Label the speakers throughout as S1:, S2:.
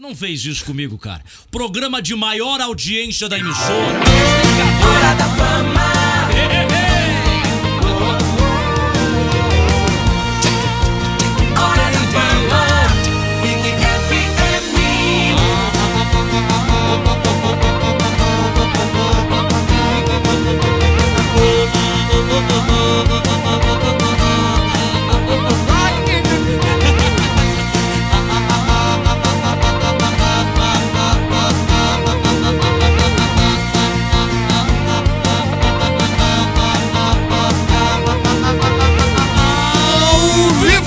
S1: não fez isso comigo, cara. Programa de maior audiência da emissora. Pecadora da fama.
S2: Hora do Fama, Big FM.
S3: Ao vivo!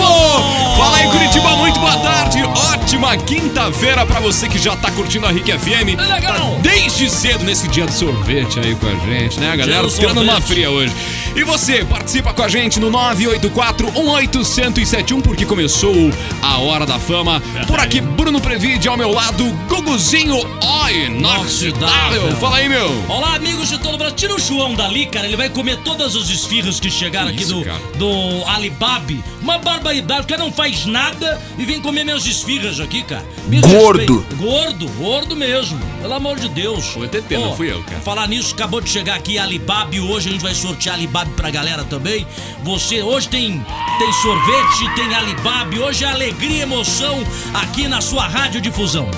S3: Fala aí, Curitiba, muito boa tarde. Ótima quinta-feira pra você que já tá curtindo a Rick FM.
S1: É legal.
S3: Tá desde cedo nesse dia do sorvete aí com a gente, né,
S1: Dia
S3: galera?
S1: do
S3: Ficando
S1: sorvete.
S3: uma fria hoje. E você, participa com a gente no 984-18171, porque começou a Hora da Fama.
S1: É
S3: Por aqui, Bruno Previde, ao meu lado, Guguzinho Oi, inoxidável. Fala aí, meu.
S1: Olá, amigos de todo o Brasil. Tira o João dali, cara. Ele vai comer todas as esfirras que chegaram
S3: Isso,
S1: aqui
S3: cara.
S1: do, do Alibaba. Uma barbaridade. O cara não faz nada e vem comer minhas esfirras aqui, cara. Me
S4: Gordo.
S1: respeita. Gordo, gordo mesmo. Pelo amor de Deus.
S3: Foi TT, não fui eu, cara.
S1: Falar nisso, acabou de chegar aqui a Alibaba. e Hoje a gente vai sortear Alibaba pra galera também. Você, hoje tem, tem sorvete, tem Alibaba. Hoje é alegria e emoção aqui na sua radiodifusão.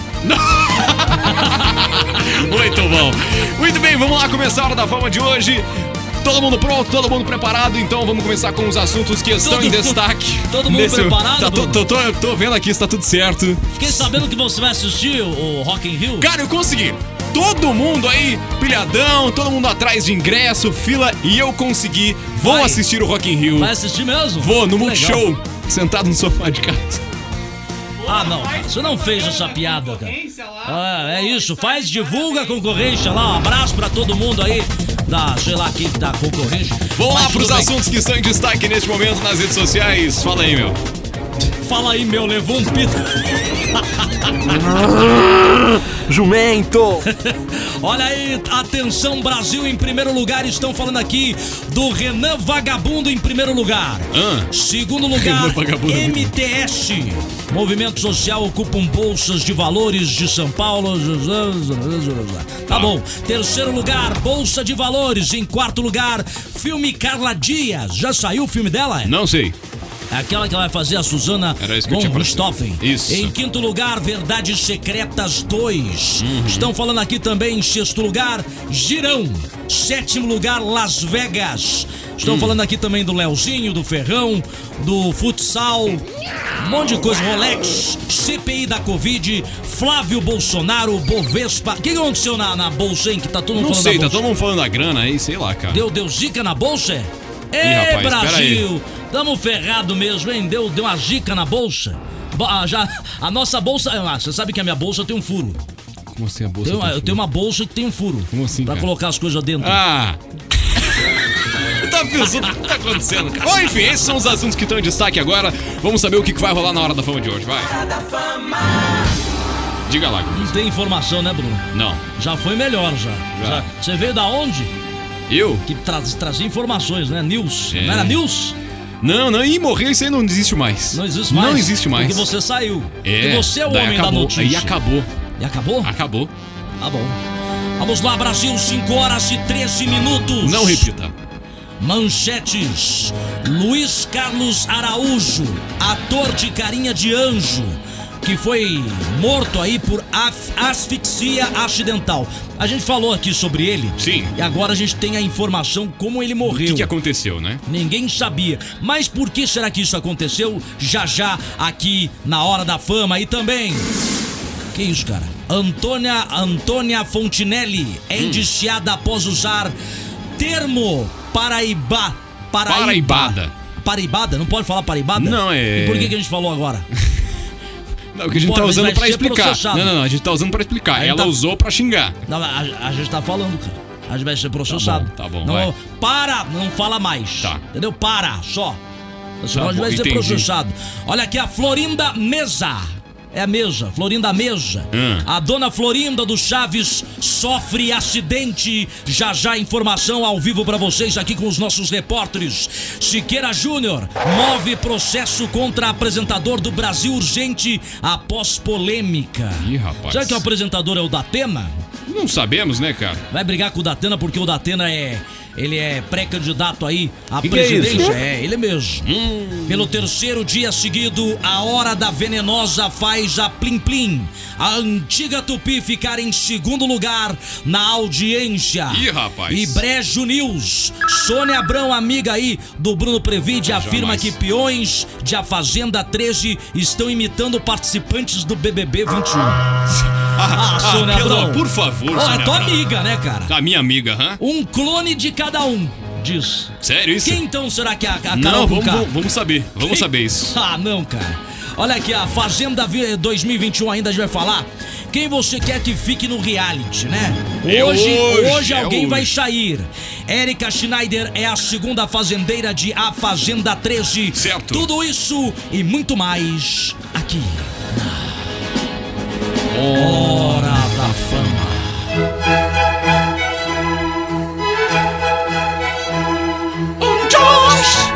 S3: Muito bom. Muito bem, vamos lá começar a Hora da Fama de hoje. Todo mundo pronto, todo mundo preparado, então vamos começar com os assuntos que estão
S1: Todo
S3: em
S1: mundo-
S3: destaque.
S1: todo mundo preparado,
S3: Tá, tô, tô,
S1: Bruno?
S3: tô- tô vendo aqui se tá tudo certo.
S1: Fiquei sabendo que você vai assistir o o Rock in Rio.
S3: Cara, eu consegui! Todo mundo aí, pilhadão, todo mundo atrás de ingresso, fila, e eu consegui. Vou
S1: Vai.
S3: assistir o Rock in Rio.
S1: Vai assistir mesmo?
S3: Vou no
S1: Que legal.
S3: Multishow, sentado no sofá de casa.
S1: Ah, não. Você não fez essa piada, cara. Ah, é isso. Faz, divulga a concorrência lá. Um abraço pra todo mundo aí da, sei lá, tá aqui da concorrência.
S3: Vamos lá
S1: Mas
S3: pros
S1: tudo bem.
S3: assuntos que estão em destaque neste momento nas redes sociais. Fala aí, meu.
S1: Fala aí, meu. Levou um pito.
S4: Jumento!
S1: Olha aí, atenção Brasil em primeiro lugar. Estão falando aqui do Renan Vagabundo em primeiro lugar.
S3: Ah.
S1: Segundo lugar,
S3: Renan Vagabundo é muito bom.
S1: MTS. Movimento Social ocupam bolsas de valores de São Paulo. Tá bom. Terceiro lugar, Bolsa de Valores. Em quarto lugar, filme Carla Dias. Já saiu o filme dela? É
S3: Não sei.
S1: Aquela que vai fazer a Suzana
S3: Era isso que eu
S1: von
S3: tinha pra
S1: Richthofen.
S3: dizer. Isso.
S1: Em quinto lugar, Verdades Secretas 2.
S3: Uhum.
S1: Estão falando aqui também, em sexto lugar, Girão. Sétimo lugar, Las Vegas. Estão
S3: Hum.
S1: falando aqui também do Leozinho, do Ferrão, do futsal, um monte de coisa. Rolex, CPI da Covid, Flávio Bolsonaro, Bovespa. O que que aconteceu na, na bolsa, hein? Que tá todo mundo
S3: Não
S1: falando
S3: sei,
S1: da
S3: tá
S1: bolsa.
S3: todo mundo falando da grana aí, sei lá, cara.
S1: Deu, deu zica na bolsa? é? Ei,
S3: rapaz,
S1: Brasil! Tamo ferrado mesmo, hein? Deu, deu uma zica na bolsa. Bo- ah, já, a nossa bolsa. ah, Você sabe que a minha bolsa tem um furo.
S3: Como assim a bolsa?
S1: Tem uma-
S3: tá
S1: eu tenho uma bolsa que tem um furo.
S3: Como assim,
S1: Pra
S3: cara?
S1: colocar as coisas dentro.
S3: Ah! tá pensando o que tá acontecendo, cara? Bom, enfim, esses são os assuntos que estão em destaque agora. Vamos saber o que que vai rolar na Hora da Fama de hoje, vai. Diga lá, Gugu.
S1: Não tem informação, né, Bruno?
S3: Não.
S1: Já foi melhor, já.
S3: Já.
S1: Já. Você veio da onde?
S3: Eu?
S1: Que tra- trazia informações, né? News.
S3: É.
S1: Não era news?
S3: Não, não. E morreu isso aí não existe mais.
S1: Não existe mais.
S3: Não existe mais.
S1: Porque você saiu.
S3: É.
S1: Porque você é o
S3: daí
S1: homem
S3: acabou.
S1: da notícia.
S3: Aí acabou.
S1: E acabou?
S3: Acabou.
S1: Tá bom. Vamos lá, Brasil, 5 horas e 13 minutos.
S3: Não repita.
S1: Manchetes. Luiz Carlos Araújo, ator de carinha de anjo, que foi morto aí por af- asfixia acidental. A gente falou aqui sobre ele.
S3: Sim.
S1: E agora a gente tem a informação como ele
S3: O
S1: morreu.
S3: que, que aconteceu, né?
S1: Ninguém sabia. Mas por que será que isso aconteceu? Já já, aqui na Hora da Fama e também. Que isso, cara? Antônia, Antônia Fontinelli
S3: Hum.
S1: é indiciada após usar termo paraíba. paraíba-
S3: Paraibada.
S1: Paraibada? Não pode falar paraibada?
S3: Não, é-
S1: E por que, que a gente falou agora?
S3: Não, o que a gente
S1: Pode,
S3: tá
S1: mas
S3: usando
S1: vai
S3: pra
S1: ser
S3: explicar.
S1: processado.
S3: Não, não, não. A gente tá usando pra explicar.
S1: Aí
S3: Ela
S1: tá-
S3: usou pra xingar.
S1: Não, a, a gente tá falando, cara. A gente vai ser processado.
S3: Tá bom, tá bom,
S1: Não,
S3: vai.
S1: Para, não fala mais.
S3: Tá.
S1: Entendeu? Para, só. Senão a gente
S3: bom,
S1: vai ser
S3: entendi.
S1: processado. Olha aqui a Florinda Mesa. É a Meja, Florinda Meja.
S3: Hum.
S1: A dona Florinda do Chaves sofre acidente. Já já informação ao vivo pra vocês aqui com os nossos repórteres. Siqueira Júnior move processo contra apresentador do Brasil Urgente após polêmica.
S3: Ih, rapaz.
S1: Será que o apresentador é o Datena?
S3: Não sabemos, né, cara?
S1: Vai brigar com o Datena porque o Datena é. Ele é pré-candidato aí à
S3: Que que é
S1: presidência. é, ele mesmo. Pelo terceiro dia seguido, a Hora da Venenosa faz a Plim Plim. A antiga Tupi ficar em segundo lugar na audiência.
S3: Ih, rapaz.
S1: E Brejo News. Sônia Abrão, amiga aí do Bruno Previde, afirma
S3: jamais.
S1: que peões de A Fazenda 13 estão imitando participantes do BBB 21. Ah, Sônia
S3: pelo-
S1: Abrão.
S3: por favor,
S1: Ó,
S3: Sônia
S1: é tua
S3: Abrão.
S1: amiga, né, cara?
S3: A minha amiga, hã?
S1: Um clone de cada um, diz.
S3: Sério isso?
S1: Quem então será que é a, a Carol
S3: Não, vamos,
S1: Conká?
S3: vamos- vamos saber. Vamos saber isso.
S1: Ah, não, cara. Olha aqui, a Fazenda Vi- eh, 2021 ainda a gente vai falar. Quem você quer que fique no reality, né?
S3: É
S1: hoje,
S3: hoje,
S1: hoje,
S3: é
S1: alguém vai
S3: hoje.
S1: sair. Érica Schneider é a segunda fazendeira de A Fazenda 13.
S3: Certo.
S1: Tudo isso e muito mais aqui. Hora da Fama.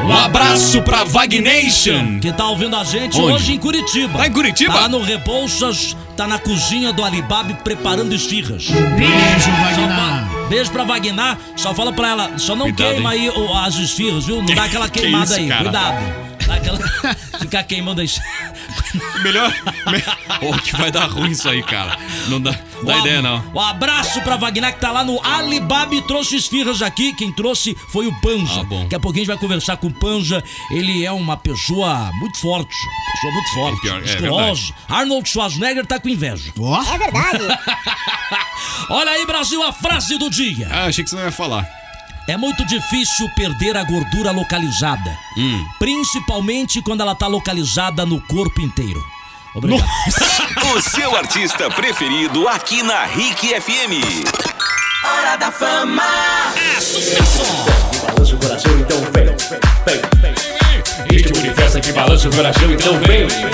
S3: Um abraço pra Vagnation.
S1: Que tá ouvindo a gente
S3: Onde?
S1: hoje em Curitiba.
S3: Tá em Curitiba?
S1: Tá lá no Rebouças, tá na cozinha do Alibab preparando esfirras.
S4: Beijo,
S1: Só
S4: Wagner.
S1: fa- Beijo pra Wagnar, só fala pra ela, só não
S3: Cuidado,
S1: queima aí o- as esfirras, viu? Não dá aquela
S3: Que
S1: queimada
S3: isso,
S1: aí,
S3: cara?
S1: cuidado. Dá aquela... Ficar queimando as...
S3: Melhor. Pô, que vai dar ruim isso aí, cara. Não dá, dá
S1: Um
S3: ideia,
S1: ab-
S3: não.
S1: Um abraço pra Wagnar que tá lá no Alibaba e trouxe esfirras aqui. Quem trouxe foi o Panja.
S3: Ah, bom.
S1: Daqui a pouquinho a gente vai conversar com o Panja. Ele é uma pessoa muito forte. Pessoa muito forte.
S3: pior, é
S1: musculosa. Arnold Schwarzenegger tá com inveja.
S4: Ó,
S1: Olha aí, Brasil, a frase do dia.
S3: Ah, achei que você não ia falar.
S1: É muito difícil perder a gordura localizada.
S3: Hum.
S1: Principalmente quando ela tá localizada no corpo inteiro. Obrigado.
S5: O seu artista preferido aqui na Rick FM.
S2: Hora da fama.
S1: Ah,
S6: balança o coração, então vem, vem, vem. Ritmo de festa que balança o coração, então vem, vem.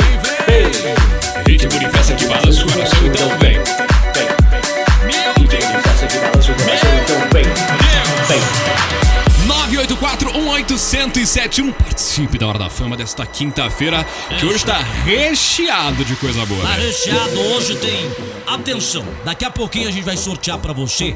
S6: Ritmo de festa que balança o coração, então vem, vem. Ritmo de festa que balança o coração, então vem, vem.
S3: 984-181-1071. Participe da Hora da Fama desta quinta-feira, que hoje tá recheado de coisa boa.
S1: Tá
S3: né?
S1: recheado hoje tem. Atenção, daqui a pouquinho a gente vai sortear pra você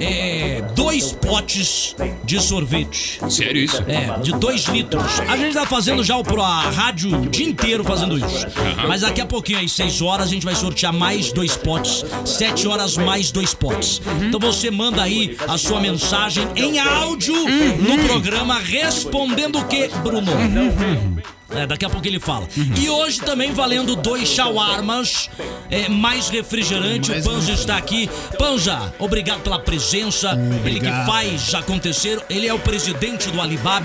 S1: é, dois potes de sorvete.
S3: Sério isso?
S1: É, de dois litros. A gente tá fazendo já o pro, a rádio o dia inteiro fazendo isso. Mas daqui a pouquinho, às 6 horas, a gente vai sortear mais dois potes. 7 horas, mais dois potes.
S6: Uhum.
S1: Então você manda aí a sua mensagem em áudio
S3: Uhum.
S6: Uhum.
S1: no programa respondendo o que, Bruno?
S3: Uhum.
S1: É, daqui a pouco ele fala.
S6: Uhum.
S1: E hoje também valendo dois shawarmas, é, mais refrigerante. o Panza está aqui. Panza, obrigado pela presença. Ele que
S4: Hum, Obrigado.
S1: faz acontecer. Ele é o presidente do Alibab.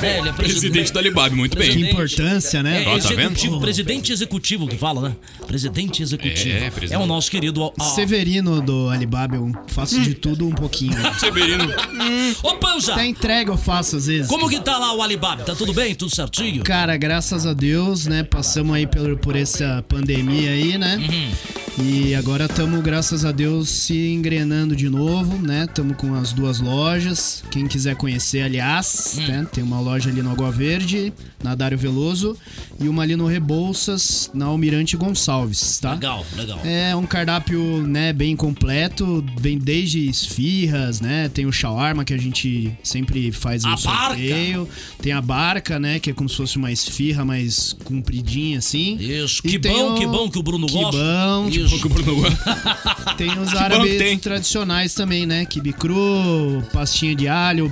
S1: É, ele é
S3: Presidente do Alibaba, muito
S4: que
S3: bem.
S1: Presidente.
S4: importância, né?
S1: É,
S3: Ó, tá
S1: executivo,
S3: vendo?
S1: presidente executivo que fala, né? Presidente executivo.
S3: É, presidente.
S1: o nosso querido. Ó, ó.
S4: Severino do Alibaba, eu faço de tudo um pouquinho.
S3: Severino.
S1: Hum. Ô, Panza,
S4: Até entrega eu faço às vezes.
S1: como que tá lá o Alibab? Tá tudo bem? Tudo certinho?
S4: Cara, graças a Deus, né? Passamos aí por, por essa pandemia aí, né?
S1: Uhum.
S4: E agora estamos, graças a Deus, se engrenando de novo, né? Estamos com as duas lojas. Quem quiser conhecer, aliás,
S1: Hum.
S4: né? Tem uma loja ali no Água Verde, na Dário Veloso, e uma ali no Rebouças, na Almirante Gonçalves, tá?
S1: Legal, legal.
S4: É um cardápio, né, bem completo, vem desde esfirras, né? Tem o shawarma que a gente sempre faz
S1: A
S4: um sorteio. Tem a barca, né, que é como se fosse uma esfirra mais compridinha assim.
S1: Isso,
S4: E
S1: que
S4: tem um
S1: bom, que bom que o Bruno
S4: que
S1: gosta.
S4: Bom.
S1: Isso. Ah,
S3: Com o Bruno.
S4: Tem os
S3: Ah, que
S4: árabes
S3: tem.
S4: tradicionais também, né? Kibe cru, pastinha de alho,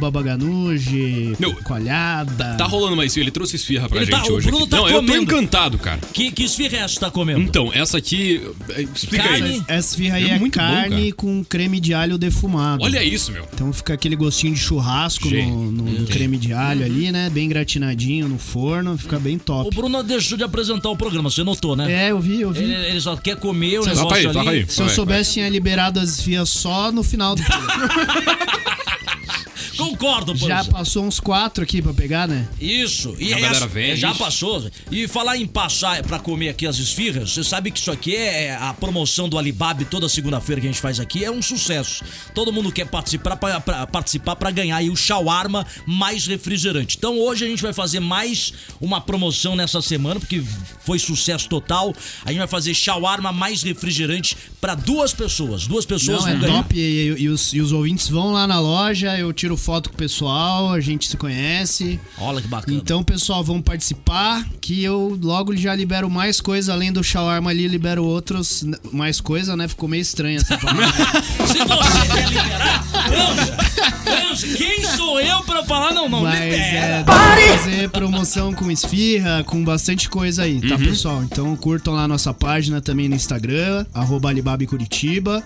S4: babaganuge,
S3: Meu,
S4: coalhada.
S3: Tá rolando mais esfirra. Ele trouxe esfirra pra
S1: Ele
S3: gente
S1: tá- o
S3: hoje.
S1: Bruno
S3: aqui.
S1: tá
S3: não, eu tô
S1: comendo.
S3: encantado, cara.
S1: Que, que esfirra é essa que tá comendo?
S3: Então, essa aqui. eh, Explica
S1: Carne.
S3: aí.
S4: Essa esfirra aí
S3: É
S4: é,
S3: muito bom,
S4: carne com creme de alho defumado.
S3: Olha isso, meu.
S4: Então fica aquele gostinho de churrasco
S3: Gente,
S4: no, no- no creme de
S1: Uhum.
S4: alho ali, né? Bem gratinadinho no forno, fica bem
S1: O
S4: top.
S1: Bruno deixou de apresentar o programa, você notou, né?
S4: É, eu vi, eu vi.
S1: Ele, ele só quer comer o
S3: Toca aí,
S1: um negócio
S3: toca aí.
S1: ali.
S4: Se eu
S3: Vai,
S4: soubesse, tinha liberado as vias só no final do programa.
S1: Concordo, Panza.
S4: Já passou uns quatro aqui pra pegar, né?
S1: Isso. E
S3: A
S1: essa-
S3: galera vem,
S1: é, já
S3: ixi.
S1: passou. E falar em passar pra comer aqui as esfirras, você sabe que isso aqui é a promoção do Alibab toda segunda-feira que a gente faz aqui é um sucesso. Todo mundo quer participar pra, pra- participar para ganhar aí o shawarma mais refrigerante. Então hoje a gente vai fazer mais uma promoção nessa semana porque foi sucesso total. A gente vai fazer shawarma mais refrigerante pra duas pessoas. Duas pessoas
S4: Não, é
S1: vão ganhar.
S4: top. E, e- e os, e os ouvintes vão lá na loja, eu tiro foto com o pessoal, a gente se conhece.
S1: Olha que bacana.
S4: Então, pessoal, vamos participar que eu logo já libero mais coisa além do shawarma ali, libero outros n- mais coisa, né? Ficou meio estranho essa palavra.
S1: Se você quer liberar, Panza, Panza, quem sou eu pra falar? Não, não,
S4: Mas
S1: libera.
S4: é, dá pra fazer promoção com esfirra, com bastante coisa aí,
S1: Uhum.
S4: tá, pessoal? Então curtam lá nossa página também no Instagram, arroba Alibaba Curitiba.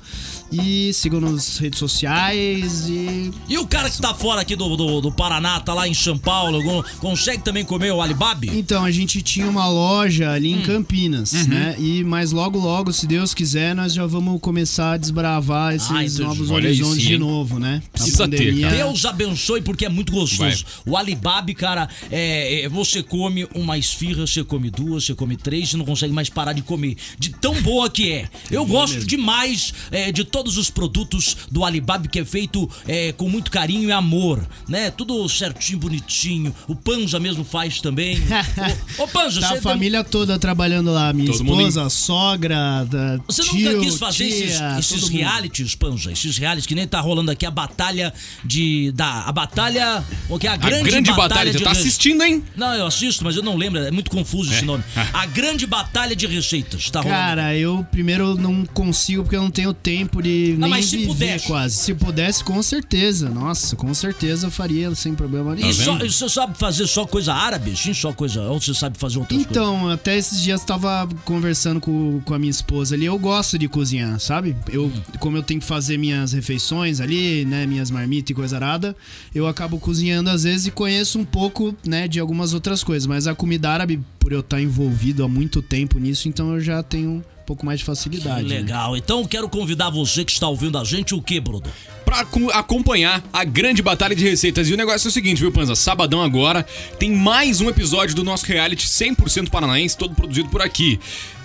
S4: E sigam nas redes sociais e
S1: E o cara que tá fora aqui do, do, do Paraná, tá lá em São Paulo, algum- consegue também comer o Alibab?
S4: Então, a gente tinha uma loja ali
S1: Hum.
S4: em Campinas,
S1: Uhum.
S4: né? E mas logo, logo, se Deus quiser, nós já vamos começar a desbravar esses
S1: Ah, então,
S4: novos
S3: olha aí
S4: horizontes
S3: sim,
S4: de
S3: hein?
S4: novo, né? A
S3: Precisa ter, cara.
S1: Deus abençoe porque é muito gostoso. O Alibab, cara, é, é, você come uma esfirra, você come duas, você come três, você não consegue mais parar de comer. De tão boa que é. Eu gosto demais é, de todos os produtos do Alibab que é feito é, com muito carinho e amor, né? Tudo certinho, bonitinho. O Panza mesmo faz também. ô, ô, Panza,
S4: Tá
S1: você
S4: a família toda trabalhando lá, minha
S3: Todo mundo
S4: esposa, a sogra, da
S1: Você
S4: tio,
S1: nunca quis fazer
S4: tia,
S1: esses, esses
S4: todo mundo.
S1: realities, Panza? Esses realities que nem tá rolando aqui, a batalha de. Da, a batalha. O que é a
S3: A
S1: grande,
S3: grande, batalha,
S1: de
S3: você tá
S1: re-
S3: assistindo, hein?
S1: Não, eu assisto, mas eu não lembro, é muito confuso esse nome. A grande batalha de receitas, tá rolando.
S4: Cara, eu primeiro não consigo porque eu não tenho tempo de
S1: Ah,
S4: nem
S1: mas se
S4: viver
S1: pudesse.
S4: quase. Se pudesse, com certeza. Nossa, com certeza eu faria sem problema nenhum.
S1: e só- e você sabe fazer só coisa árabe? Sim, só coisa. Ou você sabe fazer outras coisas?
S4: Então, até esses dias eu tava conversando com, com a minha esposa ali. Eu gosto de cozinhar, sabe? Eu, como eu tenho que fazer minhas refeições ali, né? Minhas marmitas e coisa arada, eu acabo cozinhando às vezes e conheço um pouco, né, de algumas outras coisas. Mas a comida árabe, por eu estar envolvido há muito tempo nisso, então eu já tenho um pouco mais de facilidade. né?
S1: Legal. Então eu quero convidar você que está ouvindo a gente, o quê, Bruno?
S3: Pra acu- acompanhar a grande batalha de receitas. E o negócio é o seguinte, viu, Panza? Sabadão agora tem mais um episódio do nosso reality 100% paranaense, todo produzido por aqui.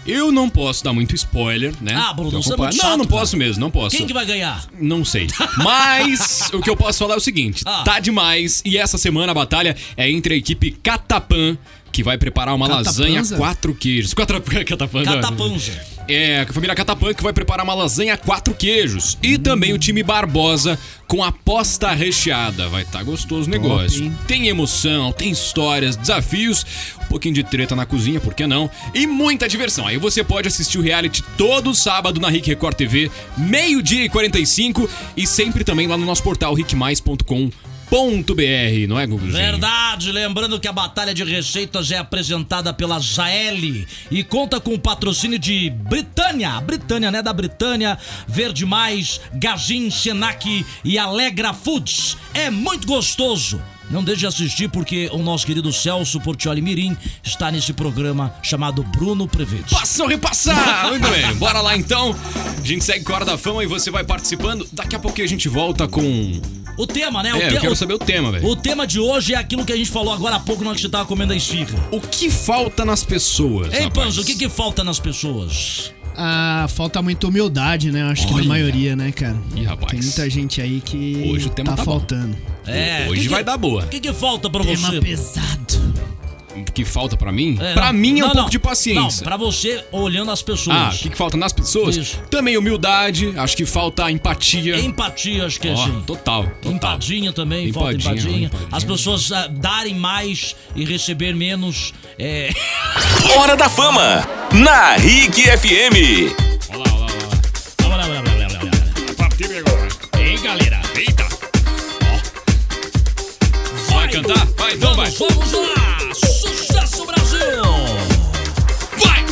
S3: Eu não posso dar muito spoiler, né?
S1: Ah, Bruno,
S3: Então,
S1: você é
S3: acompanha-
S1: muito
S3: Não,
S1: chato,
S3: não posso
S1: cara.
S3: mesmo, não posso.
S1: Quem que vai ganhar?
S3: Não sei. Mas o que eu posso falar é o seguinte:
S1: Ah.
S3: tá demais. E essa semana a batalha é entre a equipe Catapan, que vai preparar uma lasanha
S4: Catapanza?
S3: quatro queijos. Quatro, Catapan, não.
S1: Catapanza.
S3: É, a família Catapan que vai preparar uma lasanha quatro queijos. E também o time Barbosa com a posta recheada. Vai tá gostoso o negócio.
S4: hein?
S3: Tem emoção, tem histórias, desafios, um pouquinho de treta na cozinha, por que não? E muita diversão. Aí você pode assistir o reality todo sábado na Rick Record TV, meio-dia e 45 e sempre também lá no nosso portal rickmais.com.br, não é, Gugu?
S1: Verdade, lembrando que a Batalha de Receitas é apresentada pela Zaeli e conta com o patrocínio de Britânia, Britânia, né, da Britânia, Verde Mais, Gazin, Senac e Alegra Foods. É muito gostoso. Não deixe de assistir porque o nosso querido Celso Portioli Mirim está nesse programa chamado Bruno Prevedes.
S3: Passam repassar! Muito bem, bora lá então. A gente segue com a Hora da Fama e você vai participando. Daqui a pouco a gente volta com.
S1: O tema, né? o,
S3: É,
S1: te-
S3: eu quero
S1: o-
S3: saber o tema, velho.
S1: o tema de hoje é aquilo que a gente falou agora há pouco na hora que você estava comendo a esfirra.
S3: O que falta nas pessoas?
S1: Ei,
S3: rapaz?
S1: Panzo, o que, que falta nas pessoas?
S4: Ah, falta muita humildade, né? Eu acho que
S3: Olha.
S4: na maioria, né, cara?
S3: Ih, rapaz.
S4: Tem muita gente aí que
S3: Hoje o tema tá bom.
S4: faltando.
S1: É,
S3: Hoje
S1: que que-
S3: vai dar boa.
S1: O que, que falta pra
S4: Tema
S1: você?
S4: pesado.
S3: O que falta pra mim?
S1: É,
S3: pra
S1: não.
S3: mim é um
S1: Não,
S3: pouco
S1: não.
S3: de
S1: Não,
S3: paciência.
S1: pra você olhando as pessoas.
S3: Ah, o que, que falta nas pessoas?
S1: Isso.
S3: Também humildade, acho que falta empatia.
S1: Empatia, acho que é
S3: Ó,
S1: assim.
S3: total, total.
S1: Empadinha também, falta
S3: Empadinha,
S1: empadinha.
S3: empadinha.
S1: As pessoas ah, darem mais e receber menos. É,
S5: Hora da Fama, na Rick FM.
S3: Ei, galera, eita. Ó. Vai cantar? Vai, então vai.
S1: vamos, vamos lá! Sucesso Brasil!
S3: Vai!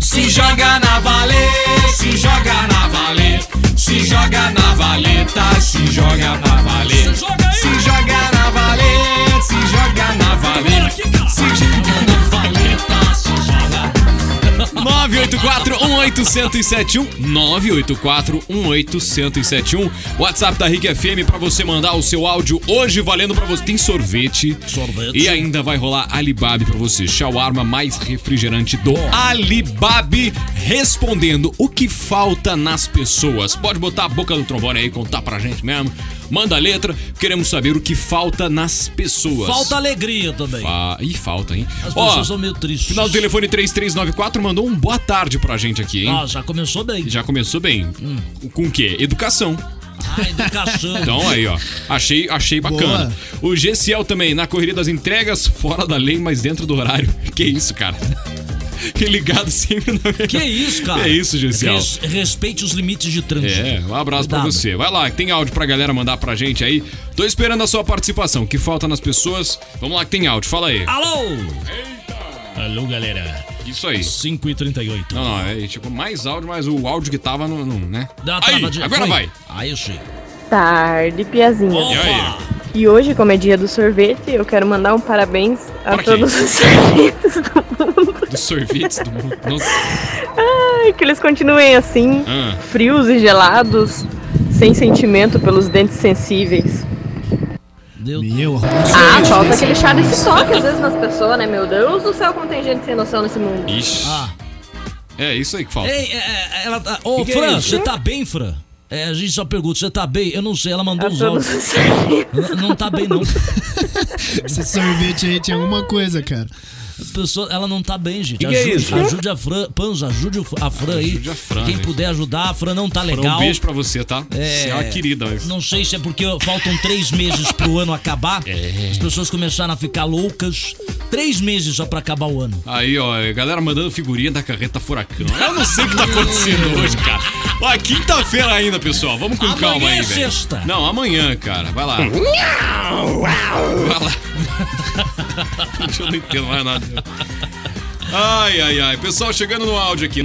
S3: Se joga na valeta, se joga na valeta, se joga na valeta, se joga na valeta.
S1: Se joga aí!
S3: Se joga na valeta, se joga na
S1: Bora
S3: valeta.
S1: aqui, cara!
S3: Se joga na valeta, se joga. 984 984-181-1071. 984-181-1071. WhatsApp da Rick FM pra você mandar o seu áudio hoje valendo pra você. Tem sorvete.
S1: Sorvete.
S3: E ainda vai rolar Alibab pra você. Shawarma mais refrigerante do Alibab. Respondendo o que falta nas pessoas. Pode botar a boca do trombone aí e contar pra gente mesmo. Manda a letra. Queremos saber o que falta nas pessoas.
S1: Falta alegria também.
S3: Ah, ih, falta, hein?
S1: As
S3: Ó,
S1: pessoas são meio tristes.
S3: Final do telefone 3394 mandou um boa tarde pra gente aqui, hein?
S1: Ah, já começou bem. Hum.
S3: Já começou bem. Com o quê? Educação.
S1: Ah, educação.
S3: Então aí, ó. Achei, achei bacana. O GCL também, na corrida das entregas, fora da lei, mas dentro do horário. Que isso, cara? Que ligado sempre na
S1: que isso, cara?
S3: É isso, Gesiel.
S1: Res- respeite os limites de trânsito.
S3: É, um abraço pra
S1: Cuidado.
S3: você. Vai lá, que tem áudio pra galera mandar pra gente aí. Tô esperando a sua participação. O que falta nas pessoas? Vamos lá, que tem áudio. Fala aí.
S1: Alô! Alô, galera.
S3: Isso aí.
S1: 5 e 38
S3: Não, não, é tipo mais áudio, mas o áudio que tava no. no- né?
S1: Dá uma
S3: Aí,
S1: travadinha.
S3: agora
S1: Ah, Foi.
S3: vai.
S1: Aí sim.
S7: Tarde, Piazinha.
S1: Opa!
S3: E aí?
S7: E hoje, como é dia do sorvete, eu quero mandar um parabéns a
S3: Pra quem?
S7: todos os sorvetes do mundo.
S3: Dos sorvetes do mundo. Nossa.
S7: Ai, que eles continuem assim,
S3: Ah,
S7: frios e gelados, sem sentimento pelos dentes sensíveis.
S1: Deu-
S4: Meu,
S7: Ah, falta aquele chá desse toque às vezes nas pessoas, né? Meu Deus do céu, como tem gente sem noção nesse mundo.
S3: ixi.
S1: Ah.
S3: É isso aí que falta.
S1: Ei, é, é, ela tá. Ô,
S3: Que que é
S1: Fran,
S3: isso?
S1: você tá bem, Fran? É, a gente só pergunta, você tá bem? Eu não sei, ela mandou
S7: A
S1: uns
S7: todos
S1: áudios.
S7: os sorvetes.
S1: N- Não tá bem, não.
S4: esse sorvete aí tinha alguma coisa, cara.
S1: A pessoa- ela não tá bem, gente.
S3: Que que é
S1: ajude,
S3: isso?
S1: ajude a Fran. Panza, ajude o- a Fran aí.
S3: Ajude a Fran,
S1: Quem
S3: né?
S1: puder ajudar, a Fran não tá
S3: Fran,
S1: legal.
S3: um beijo pra você, tá? Você é uma querida. mas-
S1: Não sei se é porque faltam três meses pro ano acabar.
S3: É.
S1: As pessoas começaram a ficar loucas. Três meses só pra acabar o ano.
S3: Aí, ó, é galera mandando figurinha da carreta furacão. Eu não sei o que tá acontecendo hoje, cara. Ó, é quinta-feira ainda, pessoal. Vamos com calma
S1: Amanhã
S3: aí,
S1: é
S3: velho.
S1: sexta.
S3: Não, amanhã, cara. Vai lá. Vai lá. Eu não entendo mais nada. Ai, ai, ai. Pessoal, chegando no áudio aqui.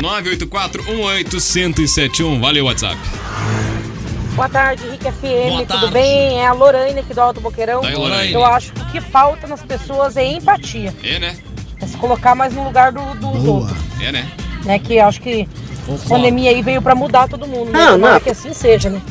S3: 984-181-1071. Valeu, WhatsApp.
S8: Boa tarde, Rick FM,
S1: Boa
S8: tudo
S1: tarde.
S8: bem? É a Lorraine aqui do Alto Boqueirão.
S3: Daí, Lorraine.
S8: Eu acho que o que falta nas pessoas é empatia.
S3: É, né?
S8: É se colocar mais no lugar do, do
S4: Boa.
S8: outro,
S3: É, né?
S8: né? Que acho que a pandemia aí veio pra mudar todo mundo. né?
S7: Ah,
S8: Tomara
S7: não.
S8: que assim seja, né?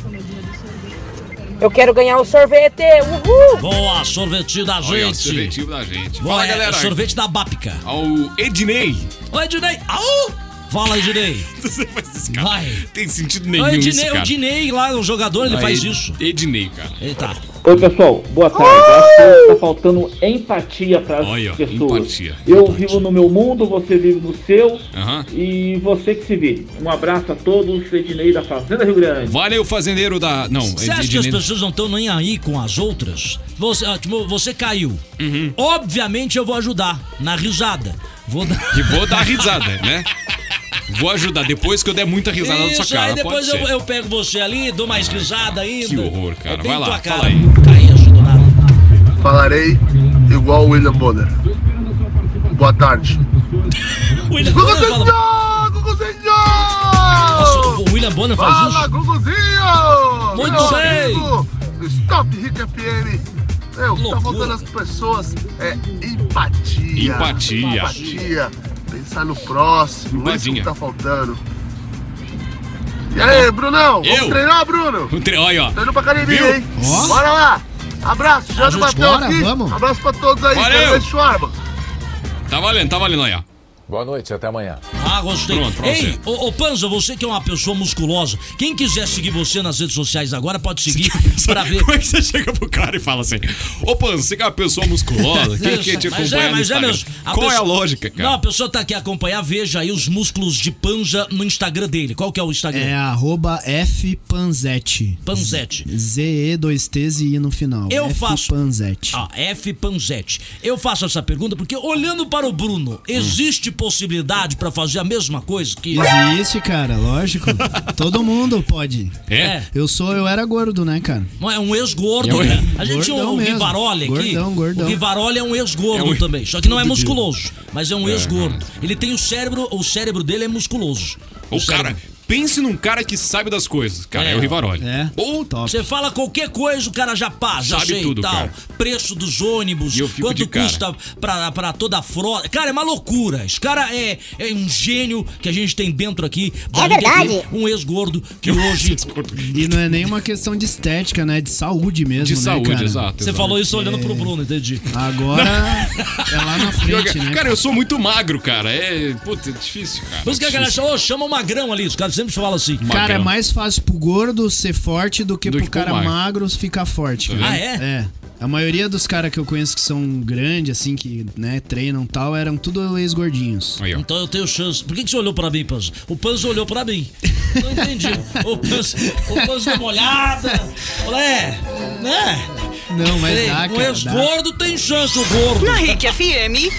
S8: Eu quero ganhar o sorvete, uhul!
S1: Boa, sorvetinho da
S3: Olha, o
S1: gente.
S3: sorvetivo da gente.
S1: Boa,
S3: Fala,
S1: é,
S3: galera.
S1: sorvete da Bápica.
S3: Ao Ednei.
S1: Oi, Dinei. Aú! Fala, Dinei.
S3: Você faz esse cara.
S1: Vai.
S3: Tem sentido nenhum
S1: Oi,
S3: isso,
S1: Dinei,
S3: cara.
S1: o Dinei lá, o jogador, ele
S3: Aí,
S1: faz isso.
S3: Ednei, cara.
S1: Eita.
S9: Oi, pessoal. Boa tarde. Acho que tá faltando empatia para as
S3: Olha,
S9: pessoas.
S3: empatia,
S9: Eu
S3: empatia.
S9: vivo no meu mundo, você vive no seu.
S3: Aham.
S9: E você que se vê. Um abraço a todos. Ednei da Fazenda Rio Grande.
S3: Valeu, fazendeiro da. Não,
S1: Você acha que as
S3: Ednei-
S1: pessoas não estão nem aí com as outras? Você, ah, tipo, você caiu.
S3: Uhum.
S1: Obviamente eu vou ajudar. Na risada. Vou dar.
S3: E vou dar risada, né? Vou ajudar depois que eu der muita risada na sua
S1: Isso,
S3: cara.
S1: aí depois
S3: pode
S1: eu,
S3: ser. Uhum.
S1: eu pego você ali, dou mais risada ainda.
S3: que horror, cara.
S1: É bem
S3: Vai lá,
S1: tua cara.
S3: fala aí.
S1: Caí, ajudou nada.
S10: Falarei igual o William Bonner. Boa tarde.
S1: William Bonner fala. Nossa, o William Bonner faz
S10: Fala,
S1: isso?
S10: Guguzinho!
S1: Muito
S10: Meu
S1: bem!
S10: amigo do Stop Rick FM. Meu,
S1: Loucura.
S10: tá faltando as pessoas é empatia.
S3: Empatia.
S10: Empatia. Pensar no próximo. É isso
S3: Bandinha.
S10: que tá faltando. E aí, Brunão?
S3: Eu?
S10: Vamos treinar, Bruno?
S3: O tre- Olha, ó.
S10: Tô indo pra academia,
S3: Viu?
S10: hein?
S4: Ó.
S10: Bora lá! Abraço, já do
S4: gente,
S10: Batão
S4: bora,
S10: aqui.
S4: vamos.
S10: Abraço pra todos aí.
S3: Valeu.
S10: Quero ver Schwarman.
S3: Tá valendo, tá valendo, olha.
S11: Boa noite, até amanhã.
S1: Ah, gostei.
S3: Pronto, pra
S1: Ei,
S3: você.
S1: ô, ô Panza, você que é uma pessoa musculosa, quem quiser seguir você nas redes sociais agora, pode seguir pra ver.
S3: Como é que você chega pro cara e fala assim: Ô, Pan, você que é uma pessoa musculosa, quem
S1: Isso.
S3: quer te
S1: Mas
S3: acompanhar
S1: é,
S3: no
S1: mas é
S3: Instagram?
S1: mesmo. A
S3: Qual é a
S1: pessoa-
S3: lógica, cara?
S1: Não, a pessoa tá aqui a acompanhar, veja aí os músculos de Panza no Instagram dele. Qual que é o Instagram?
S4: É arroba fpanzetti.
S1: Panzetti.
S4: ZE2T's e I no final.
S1: Eu
S4: F
S1: faço-
S4: Panzetti.
S1: Ah, F. Panzetti. Eu faço essa pergunta porque, olhando para o Bruno, existe possibilidade pra fazer a mesma coisa que.
S4: Existe, cara, lógico. Todo mundo pode.
S3: É?
S4: Eu sou, eu era gordo, né, cara?
S1: Não é um ex-gordo,
S3: É um-
S1: né? A gente tinha
S4: Gordão
S1: um
S4: mesmo.
S1: Rivaroli aqui.
S4: Gordão, gordão.
S1: O Rivaroli é um ex-gordo
S3: É um-
S1: também. Só que não é musculoso, mas é um ex-gordo. Ele tem o cérebro, o cérebro dele é musculoso.
S3: O cara
S1: cérebro.
S3: Pense num cara que sabe das coisas. Cara, é, é o Rivaroli.
S1: É. Bom, top. Você fala qualquer coisa, o cara já passa,
S3: Sabe
S1: achei
S3: tudo,
S1: tal.
S3: cara.
S1: Preço dos ônibus,
S3: E eu fico
S1: quanto
S3: de cara.
S1: custa pra, pra toda a frota. Cara, é uma loucura. Esse cara é, é um gênio que a gente tem dentro aqui.
S4: É verdade.
S1: Um ex-gordo que hoje.
S4: E não é nem uma questão de estética, né? É de saúde mesmo,
S3: De
S4: né,
S3: saúde,
S4: cara?
S3: exato,
S1: Você falou isso olhando pro Bruno, entendi.
S4: Agora é lá na frente, né?
S3: Cara, eu sou muito magro, cara. É. Puta, é difícil, cara.
S1: Por isso que a galera chama, "Ô, chama o magrão ali. Os caras sempre falam assim.
S4: Cara, é mais fácil pro gordo ser forte do que
S1: Do
S4: pro
S1: que pro
S4: cara
S1: magro.
S4: magro ficar forte.
S1: Tá
S4: cara.
S1: vendo? Ah, é?
S4: É. A maioria dos caras que eu conheço que são grandes, assim, que né, treinam e tal, eram tudo ex-gordinhos.
S1: Então eu tenho chance. Por que, que você olhou pra mim, Panzo? O Panzo olhou pra mim. Não entendi. O Panzo, o Panzo deu uma olhada. Falou, é, né?
S4: Não, mas
S1: Ei, é
S4: dá,
S1: O
S4: cara, dá.
S1: ex-gordo tem chance, o gordo.
S2: Na Rick FM,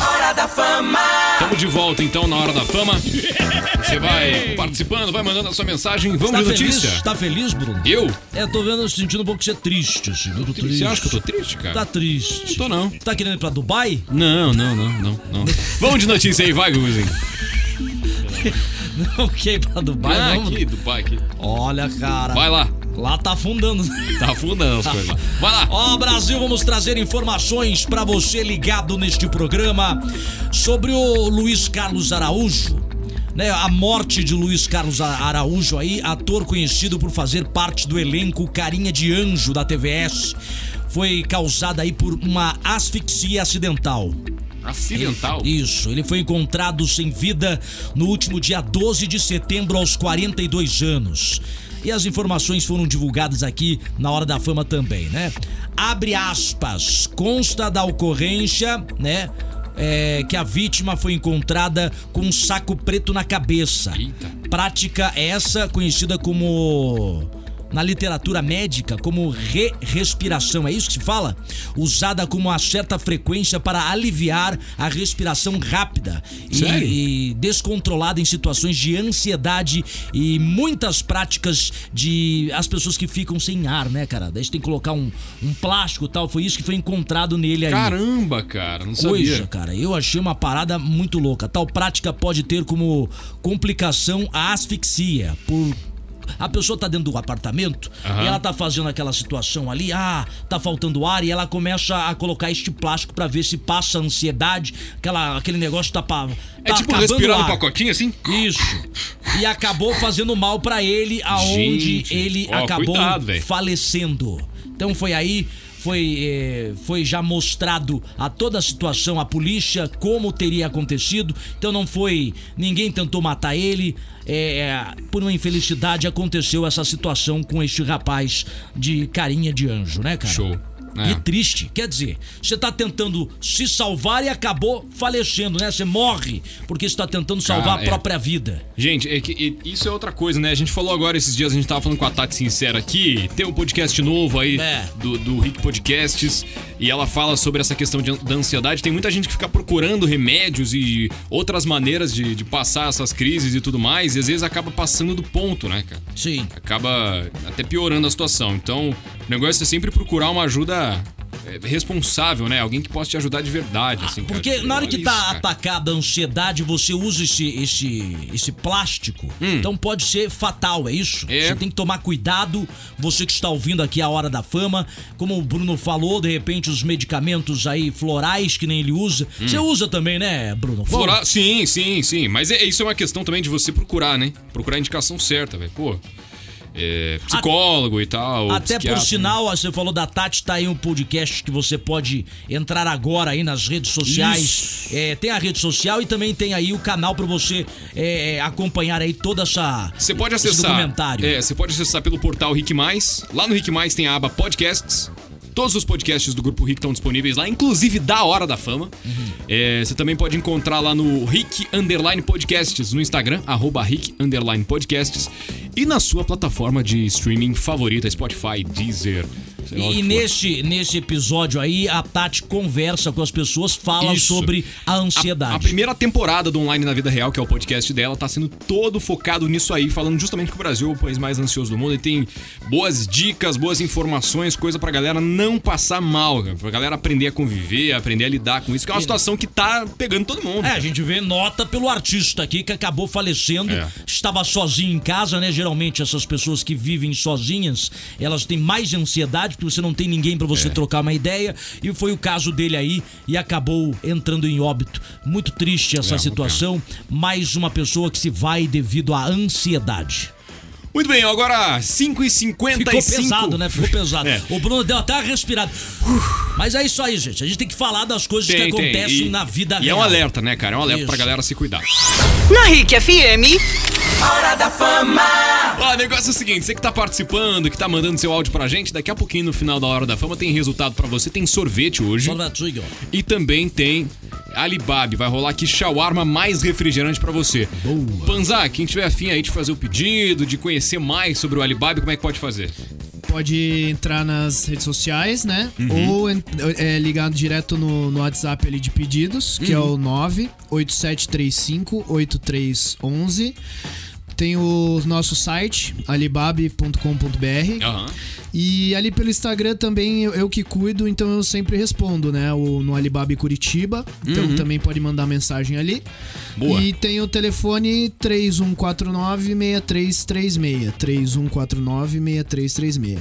S2: Hora da Fama.
S3: Estamos de volta então na hora da fama. Você vai participando, vai mandando a sua mensagem. Vamos
S1: tá
S3: de
S1: feliz?
S3: notícia.
S1: Tá feliz, Bruno?
S3: Eu?
S1: É, tô vendo, sentindo um pouco que você é triste, assim. Eu tô triste.
S3: Você acha que eu tô triste, cara?
S1: Tá triste.
S3: tô,
S1: Não
S3: não.
S1: Tá querendo ir pra Dubai?
S3: Não, não, não, não, não. Vamos de notícia aí, vai, Guguzinho.
S1: é Não quer ir pra Dubai,
S3: ah,
S1: não.
S3: aqui, do pai aqui.
S1: Olha, cara.
S3: Vai lá.
S1: Lá tá afundando.
S3: Tá afundando as coisas lá. Vai lá.
S1: Ó, Brasil, vamos trazer informações pra você ligado neste programa sobre o Luiz Carlos Araújo. Né, a morte de Luiz Carlos A- Araújo aí, ator conhecido por fazer parte do elenco Carinha de Anjo da TVS, foi causada aí por uma asfixia acidental.
S3: Acidental?
S1: Isso, ele foi encontrado sem vida no último dia 12 de setembro, aos 42 anos. E as informações foram divulgadas aqui na Hora da Fama também, né? Abre aspas, consta da ocorrência, né? é, que a vítima foi encontrada com um saco preto na cabeça. Prática essa conhecida como na literatura médica como re-respiração, é isso que se fala? Usada com uma certa frequência para aliviar a respiração rápida e-
S3: Sério?
S1: e descontrolada em situações de ansiedade e muitas práticas de as pessoas que ficam sem ar, né, cara? Daí você tem que colocar um, um plástico e tal, foi isso que foi encontrado nele aí.
S3: Caramba, cara, não sabia.
S1: Coisa, cara, eu achei uma parada muito louca. Tal prática pode ter como complicação a asfixia por a pessoa tá dentro do apartamento
S3: Aham.
S1: e ela tá fazendo aquela situação ali, ah, tá faltando ar e ela começa a colocar este plástico pra ver se passa a ansiedade, aquela, aquele negócio tá pra,
S3: É
S1: tá
S3: tipo
S1: acabando
S3: respirar
S1: o
S3: no
S1: ar.
S3: pacotinho assim?
S1: Isso. E acabou fazendo mal pra ele, aonde
S3: Gente,
S1: ele
S3: ó,
S1: acabou
S3: cuidado, velho.
S1: falecendo. Então foi aí, foi, eh, foi já mostrado a toda a situação, a polícia, como teria acontecido. Então não foi. Ninguém tentou matar ele. eh, por uma infelicidade aconteceu essa situação com este rapaz de carinha de anjo, né, cara?
S3: Show. É.
S1: E triste, quer dizer, você tá tentando se salvar e acabou falecendo, né? Você morre porque você tá tentando salvar
S3: Cara,
S1: a
S3: é.
S1: própria vida.
S3: Gente, é que- e- isso é outra coisa, né? A gente falou agora esses dias, a gente tava falando com a Tati Sincera aqui, tem um podcast novo aí
S1: É.
S3: do, do Rick Podcasts, e ela fala sobre essa questão de, an- da ansiedade. Tem muita gente que fica procurando remédios e outras maneiras de, de passar essas crises e tudo mais, e às vezes acaba passando do ponto, né, cara?
S1: Sim.
S3: Acaba até piorando a situação. Então, o negócio é sempre procurar uma ajuda é, responsável, né? Alguém que possa te ajudar de verdade, assim. cara.
S1: Ah, Porque na hora que
S3: Olha
S1: tá
S3: isso, cara.
S1: atacada a ansiedade, você usa esse, esse, esse plástico.
S3: Hum.
S1: Então pode ser fatal, é isso? Você tem que tomar cuidado. Você que está ouvindo aqui a Hora da Fama. Como o Bruno falou, de repente os medicamentos aí florais que nem ele usa.
S3: Hum.
S1: Você usa também, né, Bruno?
S3: Floral, sim, sim, sim. Mas é, isso é uma questão também de você procurar, né? Procurar a indicação certa, velho. Pô, é, psicólogo e tal.
S1: Até por
S3: psiquiatra.
S1: sinal, você falou da Tati, tá aí um podcast que você pode entrar agora aí nas redes sociais. É, tem a rede social e também tem aí o canal pra você é, acompanhar aí toda essa.
S3: Você pode
S1: esse
S3: acessar.
S1: documentário.
S3: É, você pode acessar pelo portal Rick Mais. Lá no Rick Mais tem a aba Podcasts. Todos os podcasts do Grupo Rick estão disponíveis lá, inclusive da Hora da Fama. É, você também pode encontrar lá no Rick Underline Podcasts no Instagram, arroba Rick Underline Podcasts. E na sua plataforma de streaming favorita, Spotify, Deezer, sei lá o
S1: E,
S3: que
S1: e
S3: for.
S1: neste, neste episódio aí, a Tati conversa com as pessoas, fala
S3: Isso.
S1: sobre a
S3: A
S1: ansiedade.
S3: primeira temporada do Online na Vida Real, que é o podcast dela, tá sendo todo focado nisso aí, falando justamente que o Brasil é o país mais ansioso do mundo e tem boas dicas, boas informações, coisa pra galera não passar mal, cara, pra galera aprender a conviver, aprender a lidar com isso, que é uma situação que tá pegando todo mundo.
S1: É, a gente vê nota pelo artista aqui que acabou falecendo,
S3: É.
S1: estava sozinho em casa, né? Geralmente essas pessoas que vivem sozinhas, elas têm mais ansiedade porque você não tem ninguém pra você
S3: É.
S1: trocar uma ideia, e foi o caso dele aí e acabou entrando em óbito. Muito triste essa
S3: É,
S1: situação, mais uma pessoa que se vai devido à ansiedade.
S3: Muito bem, agora 5h55.
S1: Ficou pesado, né? Ficou pesado.
S3: É.
S1: O Bruno deu até uma respirada. Uf. Mas é isso aí, gente. A gente tem que falar das coisas que
S3: Tem, tem.
S1: acontecem
S3: E-
S1: na vida
S3: E é
S1: Tá real.
S3: um alerta, né, cara? É um alerta pra
S1: Isso.
S3: galera se cuidar.
S2: Na Rick FM. Hora da fama.
S3: Ó, o negócio é o seguinte, você que tá participando, que tá mandando seu áudio pra gente, daqui a pouquinho no final da Hora da Fama tem resultado pra você, tem sorvete hoje
S1: Sorvete, ó.
S3: e também tem Alibaba, vai rolar aqui shawarma mais refrigerante pra você. Boa. Panzá, quem tiver afim aí de fazer o pedido, de conhecer mais sobre o Alibaba, como é que pode fazer?
S4: Pode entrar nas redes sociais, né?
S3: Uhum.
S4: Ou en- é, ligar direto no, no WhatsApp ali de pedidos, que
S1: Uhum.
S4: é o 987358311. Tem o nosso site,
S1: É
S4: alibab.com.br.
S3: Aham.
S4: E ali pelo Instagram também eu, eu que cuido, então eu sempre respondo, né? O, no Alibaba Curitiba. Então
S3: Uhum.
S4: também pode mandar mensagem ali.
S3: Boa.
S4: E tem o telefone 3149-6336. 3149-6336.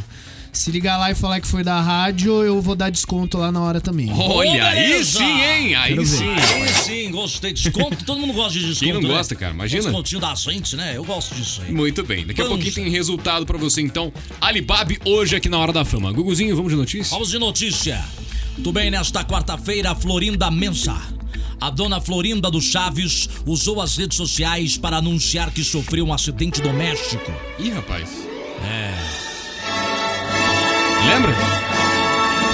S4: Se ligar lá e falar que foi da rádio, eu vou dar desconto lá na hora também.
S3: Olha, aí
S1: beleza.
S3: sim, hein? Aí
S4: Quero ver.
S3: sim.
S1: Aí sim, gostei. Desconto, todo mundo gosta de desconto.
S3: Quem não
S1: né?
S3: gosta, cara? Imagina.
S1: Descontinho da gente, né? Eu gosto disso aí.
S3: Muito bem, daqui a
S1: Panza.
S3: pouquinho tem resultado pra você então. Alibaba hoje aqui na Hora da Fama. Guguzinho, vamos de notícia?
S1: Vamos de notícia. Tudo bem, nesta quarta-feira, Florinda Mensa. A dona Florinda do Chaves usou as redes sociais para anunciar que sofreu um acidente doméstico.
S3: Ih, rapaz. É. Lembra?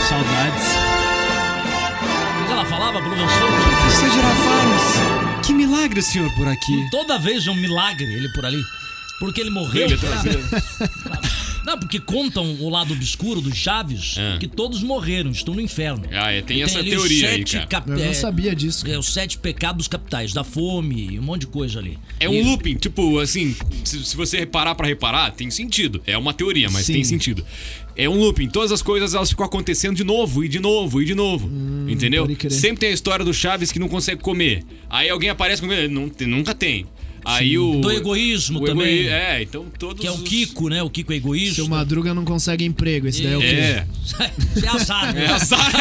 S4: Saudades.
S1: O que ela falava, professor?
S3: Professor Girafales, que milagre o senhor por aqui.
S1: Toda vez é um milagre ele por ali. Porque ele morreu.
S3: Ele
S1: cara.
S3: traseiro.
S1: Não, porque contam o lado obscuro do Chaves
S3: É.
S1: que todos morreram, estão no inferno.
S3: Ah, é, tem essa
S1: ali os
S3: teoria aí,
S1: sete
S3: cara.
S1: cap-
S4: Eu
S1: é,
S4: não sabia disso.
S1: É, os sete pecados capitais, da fome e um monte de coisa ali.
S3: É um
S1: E-
S3: looping, tipo, assim, se, se você reparar pra reparar, tem sentido. É uma teoria, mas
S4: Sim.
S3: tem sentido. É um looping. Todas as coisas elas ficam acontecendo de novo e de novo e de novo. entendeu?
S4: Hum, pode crer.
S3: Sempre tem a história do Chaves que não consegue comer. Aí alguém aparece com não tem- nunca tem. Aí o
S1: Do egoísmo
S3: o
S1: também.
S3: egoi- É, então todos
S1: Que é o
S3: os-
S1: Kiko, né? O Kiko é egoísta.
S4: Seu Madruga não consegue emprego, esse daí é o quê?
S3: É.
S1: Isso é azar, né?
S3: É azar.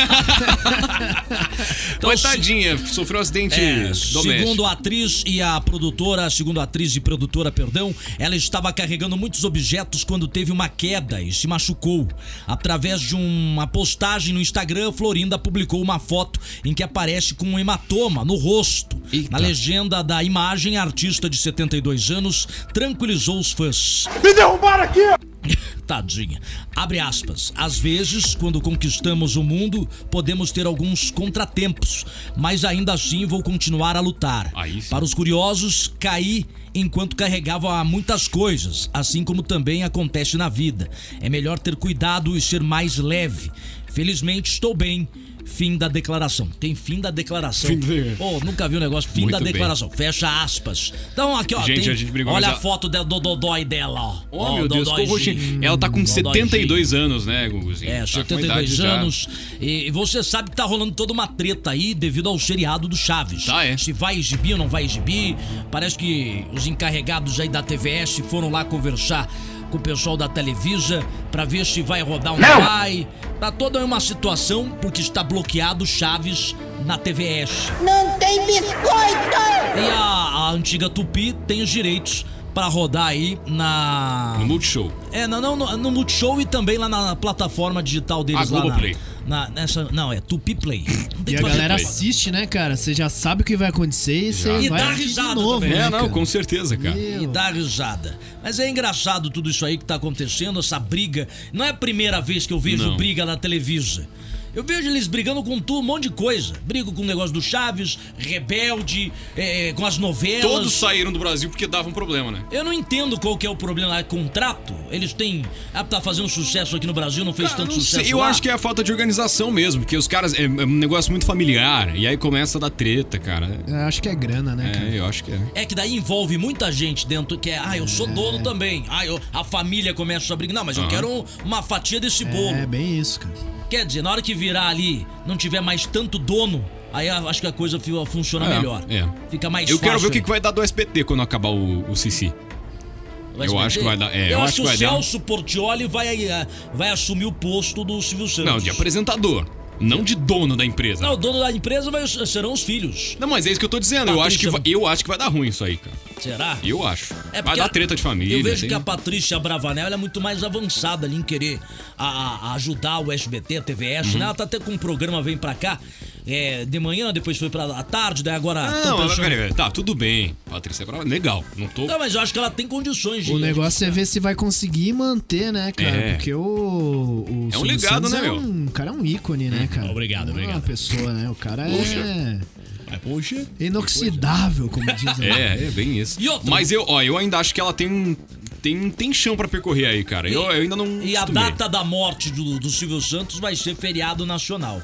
S1: Então,
S3: Mas
S1: se-
S3: tadinha, sofreu um acidente
S1: É,
S3: doméstico.
S1: segundo a atriz e a produtora, segundo a atriz e produtora, perdão, ela estava carregando muitos objetos quando teve uma queda e se machucou. Através de uma postagem no Instagram, Florinda publicou uma foto em que aparece com um hematoma no rosto.
S3: Eita.
S1: Na legenda da imagem, a artista de 72 anos tranquilizou os fãs. Tadinha. Abre aspas. Às vezes, quando conquistamos o mundo, podemos ter alguns contratempos, mas ainda assim vou continuar a lutar.
S3: Aí sim.
S1: Para os curiosos, caí enquanto carregava muitas coisas, assim como também acontece na vida. É melhor ter cuidado e ser mais leve. Felizmente estou bem. Fim da declaração. Tem fim da declaração.
S3: Fim da-
S1: Oh, nunca vi um negócio. Fim
S3: Muito
S1: da
S3: bem.
S1: declaração. Fecha aspas. Então aqui, ó.
S3: Gente,
S1: tem-
S3: a gente brigou,
S1: olha
S3: mas
S1: a
S3: a-
S1: foto da- do Dodói dela, ó.
S3: Oh,
S1: Ó,
S3: meu
S1: o
S3: Deus, ficou
S1: Dodóizinho. Hum,
S3: roxinho. Ela tá com
S1: Dodóizinho.
S3: 72 anos, né, Guguzinho?
S1: É,
S3: Tá com
S1: 72
S3: idade já.
S1: anos. E você sabe que tá rolando toda uma treta aí devido ao seriado do Chaves.
S3: Tá, é.
S1: Se vai exibir ou não vai exibir. Parece que os encarregados aí da TVS foram lá conversar com o pessoal da Televisa pra ver se vai rodar ou não vai. Tá toda uma situação porque está bloqueado Chaves na TVS.
S11: Não tem biscoito!
S1: E a, a antiga Tupi tem os direitos pra rodar aí na
S3: No Multishow.
S1: é, não, não, no, no Multishow e também lá na plataforma digital deles
S3: A
S1: lá.
S3: Globoplay.
S1: Na, na- nessa, não, é Tupi Play. Não tem que
S4: E a
S1: fazer
S4: galera
S1: play.
S4: assiste, né, cara? Você já sabe o que vai acontecer e você
S1: E
S4: vai
S1: dá
S4: assistir
S1: risada
S4: de novo,
S1: também.
S4: né,
S3: É,
S4: cara?
S3: não, com certeza, cara.
S1: E dá risada. Mas é engraçado tudo isso aí que tá acontecendo, essa briga. Não é a primeira vez que eu vejo
S3: Não.
S1: briga na Televisa. Eu vejo eles brigando com tu, um monte de coisa. Brigo com o negócio do Chaves, Rebelde, é, com as novelas.
S3: Todos saíram do Brasil porque davam problema, né?
S1: Eu não entendo qual que é o problema. É contrato? Eles têm. Ah, tá fazendo sucesso aqui no Brasil, não fez Cara, tanto não sucesso.
S3: Eu
S1: lá.
S3: acho que é a falta de organização mesmo, porque os caras. É, é um negócio muito familiar. E aí começa a dar treta,
S1: Né,
S3: cara.
S4: Eu acho que é grana, né? Cara?
S3: É, eu acho que é.
S1: É que daí envolve muita gente dentro que é, ah, eu sou dono também. Ah, eu, a família começa a brigar. Não, mas ah. eu quero um, uma fatia desse bolo.
S4: É, bem isso, cara.
S1: Quer dizer, na hora que virar ali, não tiver mais tanto dono, aí acho que a coisa funciona
S3: É,
S1: melhor.
S3: é.
S1: Fica mais
S3: Eu quero ver
S1: fácil.
S3: o que que vai dar do SBT quando acabar o, o Cici.
S1: Vai
S3: eu
S1: se
S3: acho que vai
S1: meter?
S3: dar- é,
S1: eu,
S3: eu
S1: acho
S3: acho
S1: que
S3: que
S1: o
S3: vai dar.
S1: Celso Portioli vai, eh, vai assumir o posto do Silvio Santos.
S3: Não, de apresentador. Não de dono da empresa.
S1: Não, o dono da empresa vai- serão os filhos.
S3: Não, mas é isso que eu tô dizendo. Eu acho que, vai, eu acho que vai dar ruim isso aí, cara.
S1: Será?
S3: Eu acho. vai
S1: É porque
S3: dar
S1: a-
S3: treta de família.
S1: Eu vejo
S3: tem-
S1: que a Patrícia Bravanel ela é muito mais avançada ali em querer a- a- ajudar o SBT, a
S3: Uhum.
S1: TVS, né? Ela tá até com um programa Vem Pra Cá é, de manhã, depois foi pra à tarde, daí agora... tão
S3: Ah, Não, mas peraí, peraí. Tá, tudo bem. Patrícia Brava, legal. Não tô.
S1: Não, mas eu acho que ela tem condições de...
S4: O negócio é ver se vai conseguir manter, né, cara?
S3: É.
S4: Porque o, o
S3: É um
S4: Silvio
S3: legado,
S4: Santos
S3: né,
S4: é
S3: meu? Uhum.
S4: um- O cara é um ícone, né, cara?
S1: Obrigado,
S4: Não É
S1: obrigado.
S4: uma pessoa, né? O cara
S3: Poxa.
S1: É, poxa.
S4: é inoxidável, como diz.
S3: É, é bem isso.
S1: E outra?
S3: Mas eu, ó, eu ainda acho que ela tem um. Tem, tem chão pra percorrer aí, cara. Eu, eu ainda não.
S1: E a
S3: acostumei.
S1: data da morte do, do Silvio Santos vai ser feriado nacional.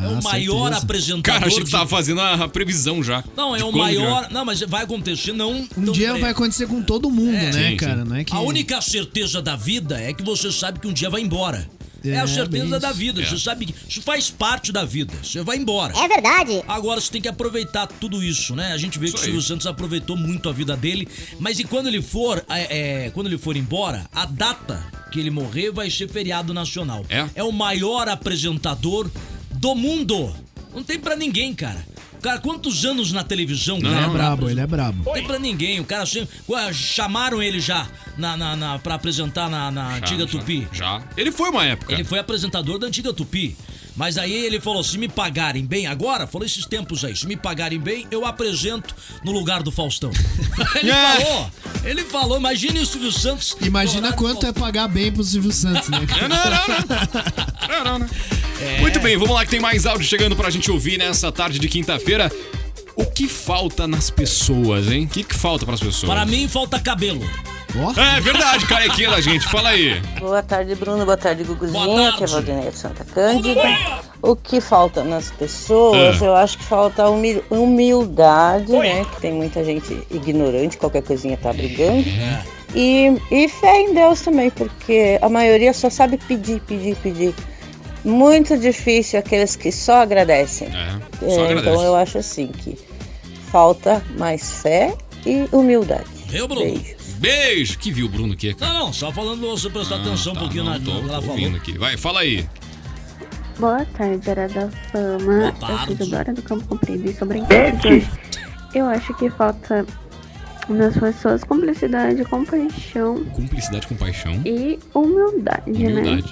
S1: é
S3: Ah,
S1: o maior
S3: certeza.
S1: apresentador
S3: Cara, achei que
S1: de-
S3: tava fazendo a a previsão já.
S1: Não, é
S3: De
S1: o
S3: quando
S1: maior.
S3: já.
S1: Não, mas vai acontecer, não.
S4: Um
S1: tão
S4: dia
S1: breve.
S4: vai acontecer com todo mundo, né,
S3: Sim,
S4: cara?
S3: sim.
S4: Não é que...
S1: A única certeza da vida é que você sabe que um dia vai embora. É, a
S4: É, bem
S1: certeza
S4: isso.
S1: da vida.
S3: É.
S1: Você sabe que isso faz parte da vida. Você vai embora.
S11: É verdade.
S1: Agora você tem que aproveitar tudo isso, né? A gente vê que o
S3: aí.
S1: Silvio Santos aproveitou muito a vida dele, mas e quando ele for, é, é, quando ele for embora, a data que ele morrer vai ser feriado nacional.
S3: É?
S1: o maior apresentador do mundo. Não tem pra ninguém, cara. Cara, quantos anos na televisão?
S3: Não,
S4: Ele
S1: cara?
S4: é brabo, ele é brabo.
S1: Não tem pra ninguém. O cara sempre. Ué, Chamaram ele já na, na, na- pra apresentar na, na
S3: Já,
S1: antiga
S3: já,
S1: Tupi.
S3: Já. Ele foi uma época.
S1: Ele foi apresentador da antiga Tupi. Mas aí ele falou: se me pagarem bem agora, falou esses tempos aí, se me pagarem bem, eu apresento no lugar do Faustão. ele
S3: É.
S1: falou, ele falou, imagine o Silvio Santos.
S4: Imagina quanto é pagar bem pro Silvio Santos, né?
S3: Não,
S4: cara?
S3: não, não. não. Não, não, não. Muito bem, vamos lá que tem mais áudio chegando pra gente ouvir nessa tarde de quinta-feira. O que falta nas pessoas, hein? O que, que falta pras pessoas?
S1: Para mim falta cabelo.
S4: Ó,
S3: É verdade, carequinha da gente. Fala aí.
S12: Boa tarde, Bruno. Boa tarde, Guguzinho.
S1: Boa tarde.
S12: Aqui é Valdinei de Santa Cândida. O que falta nas pessoas,
S3: Ah.
S12: eu acho que falta humi- humildade, né? Que tem muita gente ignorante, qualquer coisinha tá brigando.
S1: É.
S12: E, e fé em Deus também, porque a maioria só sabe pedir, pedir, pedir. Muito difícil aqueles que só agradecem.
S3: É,
S12: É,
S3: só
S12: então
S3: agradece.
S12: eu acho assim que falta mais fé e humildade.
S1: Eu, Bruno.
S3: Beijo. Que viu, Bruno, que é,
S1: Não, não, só falando pra você prestar atenção um
S3: tá,
S1: pouquinho
S3: não,
S1: na,
S3: tô,
S1: no que ela
S3: tô
S1: falou.
S3: ouvindo aqui. Vai, fala aí.
S13: Boa tarde, Era da Fama.
S1: Boa
S13: Eu sou
S1: tarde.
S13: Isadora do Campo Comprido e sou brincadeira. Eu acho que falta nas pessoas cumplicidade, compaixão
S3: Cumplicidade com paixão.
S13: e humildade,
S3: Humildade.
S13: né?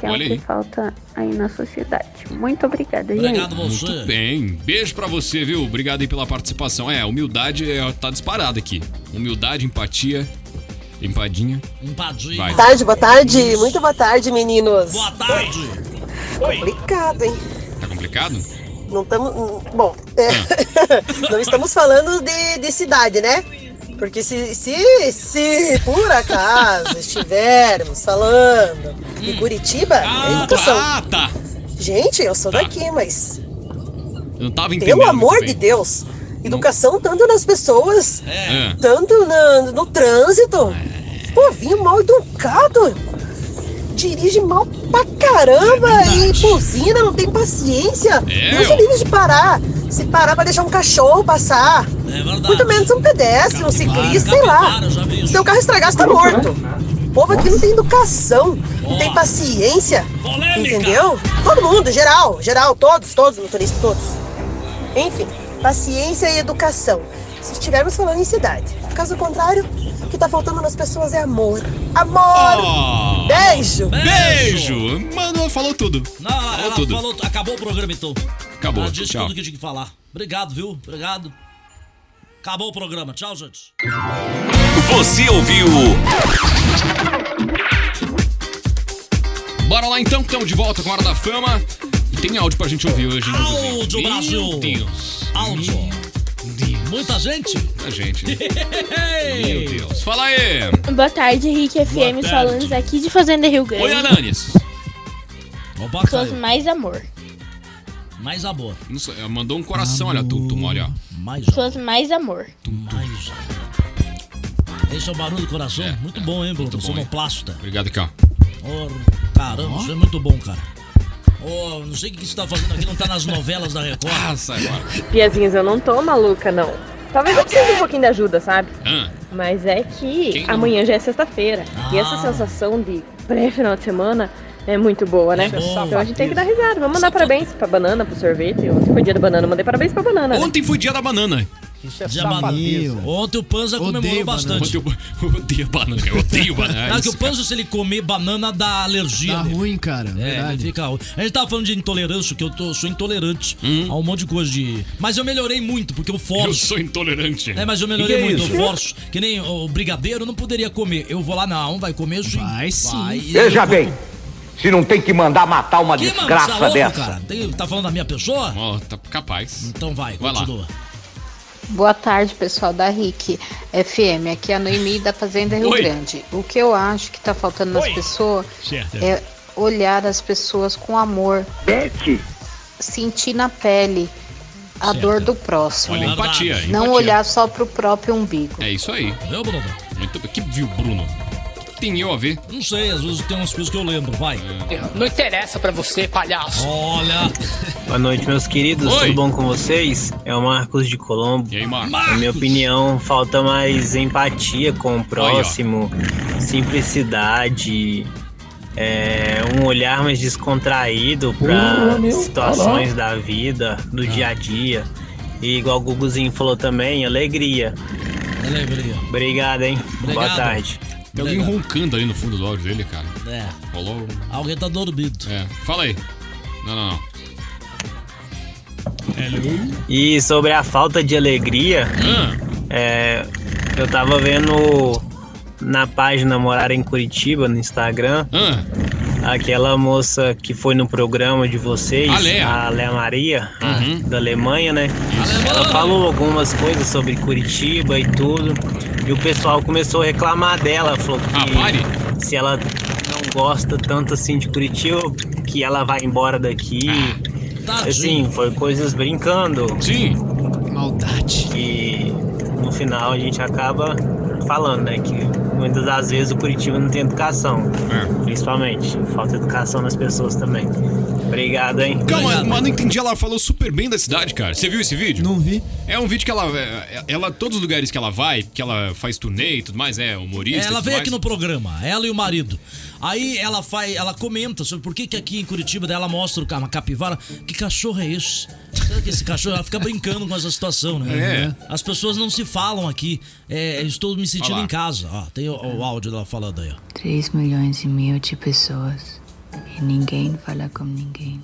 S13: Que é
S3: Olha
S13: o que
S3: aí.
S13: falta aí na sociedade. Muito obrigada,
S1: Obrigado,
S13: gente.
S1: você.
S3: Muito bem. Beijo pra você, viu? Obrigado aí pela participação. É, humildade é, tá disparada aqui. Humildade, empatia, empadinha.
S1: Empadinho.
S3: Vai.
S14: Boa tarde, boa tarde. Muito boa tarde, meninos.
S1: Boa tarde.
S14: Complicado, hein?
S3: Tá complicado?
S14: Não estamos. Bom,
S3: Ah.
S14: é, não estamos falando de, de cidade, né? Porque se, se, se por acaso estivermos falando de Curitiba, é
S3: Hum. Ah,
S14: educação.
S3: tá. Ah, tá.
S14: Gente, eu sou
S3: Tá.
S14: daqui, mas
S3: Eu não tava entendendo.
S14: pelo amor
S3: muito
S14: de
S3: bem.
S14: Deus, educação tanto nas pessoas,
S3: É.
S14: tanto na- no trânsito.
S1: É,
S14: Povinho mal educado. Dirige mal pra caramba
S1: É
S14: e buzina, não tem paciência.
S3: É,
S14: Deus
S3: ó.
S14: é livre de parar. Se parar pra deixar um cachorro passar.
S1: É verdade.
S14: Muito menos um pedestre, um ciclista, sei lá.
S1: Capivara, eu já vi isso.
S14: Seu carro estragado tá morto. O povo aqui não tem educação, não tem paciência.
S1: Polêmica.
S14: Entendeu? Todo mundo, geral, geral, todos, todos, motoristas, todos. Enfim, paciência e educação. Se estivermos falando em cidade. Caso contrário, o que tá faltando nas pessoas é amor. Amor!
S3: Ó,
S14: Beijo!
S3: Ah! Beijo. Mano, falou tudo.
S1: Não, ela,
S3: falou
S1: ela
S3: tudo.
S1: falou. Acabou o programa então.
S3: Acabou,
S1: Ela disse
S3: tchau.
S1: tudo que tinha que falar. Obrigado, viu? Obrigado. Acabou o programa. Tchau, gente.
S5: Você ouviu
S3: Bora lá então, estamos de volta com a Hora da Fama. Tem áudio pra gente ouvir hoje, inclusive.
S1: Áudio,
S3: Meu
S1: Brasil!
S3: Deus.
S1: Áudio. Muita gente?
S3: Muita gente. Meu Deus. Fala aí.
S15: Boa tarde, Rick FM,
S3: tarde.
S15: falando aqui de Fazenda Rio Grande.
S3: Oi, Ananis.
S1: Opa,
S15: Pessoas mais amor.
S1: Mais amor.
S3: Não sei, ela mandou um coração, olha, tum, tum, olha.
S1: Mais
S15: Pessoas mais amor.
S1: Mais Esse é o barulho do coração?
S3: é.
S1: muito bom, hein, Bruno? é Sonoplasta.
S3: Obrigado, Cá.
S1: Oh, caramba, isso é muito bom, cara. Oh, não sei o que você tá fazendo aqui, não tá nas novelas da Record. Ah,
S3: sai agora.
S8: Piazinhas, eu não tô maluca, não. Talvez eu precise um pouquinho de ajuda, sabe? Mas é que amanhã já é sexta-feira. E essa sensação de pré-final de semana é muito boa, né? então a gente tem que dar risada. Vamos mandar parabéns pra banana, pro sorvete. Ontem foi dia da banana, mandei parabéns pra banana. né?
S3: Ontem foi dia da banana.
S1: Isso é Ontem o Panza
S3: Odeio banana.
S1: comemorou bastante.
S3: Ontem Eu odeio banana, eu odeio banana. É
S1: Ah, que o Panzo, se ele comer banana, dá alergia. Dá ruim, cara. É, ele fica ruim. A gente tava falando de intolerância, que eu tô- sou intolerante a um monte de coisa de. Mas eu melhorei muito, porque eu forço.
S3: Hum? Eu sou intolerante.
S1: É, mas eu melhorei muito, eu forço. Que nem o brigadeiro, eu não poderia comer. Eu vou lá, não, vai comer sim. Vai sim.
S16: Veja bem, se não tem que mandar matar uma
S1: Que, mano,
S16: desgraça
S1: você é louco,
S16: dessa.
S1: cara? Tem- tá falando da minha pessoa?
S3: Ó, tá capaz.
S1: Então vai,
S3: Vai lá.
S1: continua.
S17: Boa tarde, pessoal da RIC FM. Aqui é a Noemi da Fazenda Rio
S18: Oi.
S17: Grande. O que eu acho que tá faltando nas pessoas
S18: Certo.
S17: é olhar as pessoas com amor. Sentir na pele a dor do próximo.
S3: Olha, empatia,
S17: Não
S3: empatia.
S17: olhar só pro próprio umbigo.
S3: É isso aí.
S1: Viu, Bruno?
S3: Muito bem. Que viu, Bruno? O que tem eu a ver?
S1: Não sei, às vezes tem umas coisas que eu lembro, vai.
S18: É. Não interessa pra você, palhaço.
S1: Olha.
S19: Boa noite, meus queridos.
S18: Oi.
S19: Tudo bom com vocês? É o Marcos de Colombo.
S3: E aí, Marcos?
S19: Na minha opinião, falta mais empatia com o próximo, simplicidade, é, um olhar mais descontraído para
S20: Porra, meu.
S19: situações da vida,
S3: Ah.
S19: do dia a dia. E igual o Guguzinho falou também, alegria.
S1: Alegria.
S19: Obrigado, hein? Boa
S3: Obrigado.
S19: tarde.
S3: Tem alguém roncando ali no fundo do áudio dele, cara.
S1: É.
S3: Rolou. um-
S1: Alguém tá dormido.
S3: É. Fala aí. Não, não, não.
S19: E sobre a falta de alegria, é, eu tava vendo na página Morar em Curitiba, no Instagram, aquela moça que foi no programa de vocês,
S3: A Lea.
S19: Ah. a Léa Maria, a- da Alemanha, né? Ela falou algumas coisas sobre Curitiba e tudo, e o pessoal começou a reclamar dela, falou que se ela não gosta tanto assim de Curitiba, que ela vai embora daqui. Assim, foi coisas brincando.
S3: Sim.
S19: Maldade. E no final a gente acaba falando, né? Que muitas das vezes o Curitiba não tem educação.
S3: É.
S19: Principalmente. Falta educação nas pessoas também. Obrigado, hein?
S3: Calma, mas não entendi. Ela falou super bem da cidade, cara. Você viu esse vídeo? Não vi. É um vídeo que ela, é- ela. Todos os lugares que ela vai, que ela faz turnê e tudo mais, é humorista. e
S1: Ela
S3: tudo
S1: veio
S3: mais.
S1: aqui no programa, ela e o marido. Aí ela faz, ela comenta sobre por que, que aqui em Curitiba daí ela mostra o ca- uma capivara. Que cachorro é esse? Será que esse cachorro? Ela fica brincando com essa situação, né?
S3: É.
S1: As pessoas não se falam aqui. É, eu estou me
S21: Olha
S1: sentindo
S21: lá.
S1: em casa. Ó, tem o, o áudio dela falando aí, ó.
S21: 3 milhões e meio de pessoas e ninguém fala com ninguém.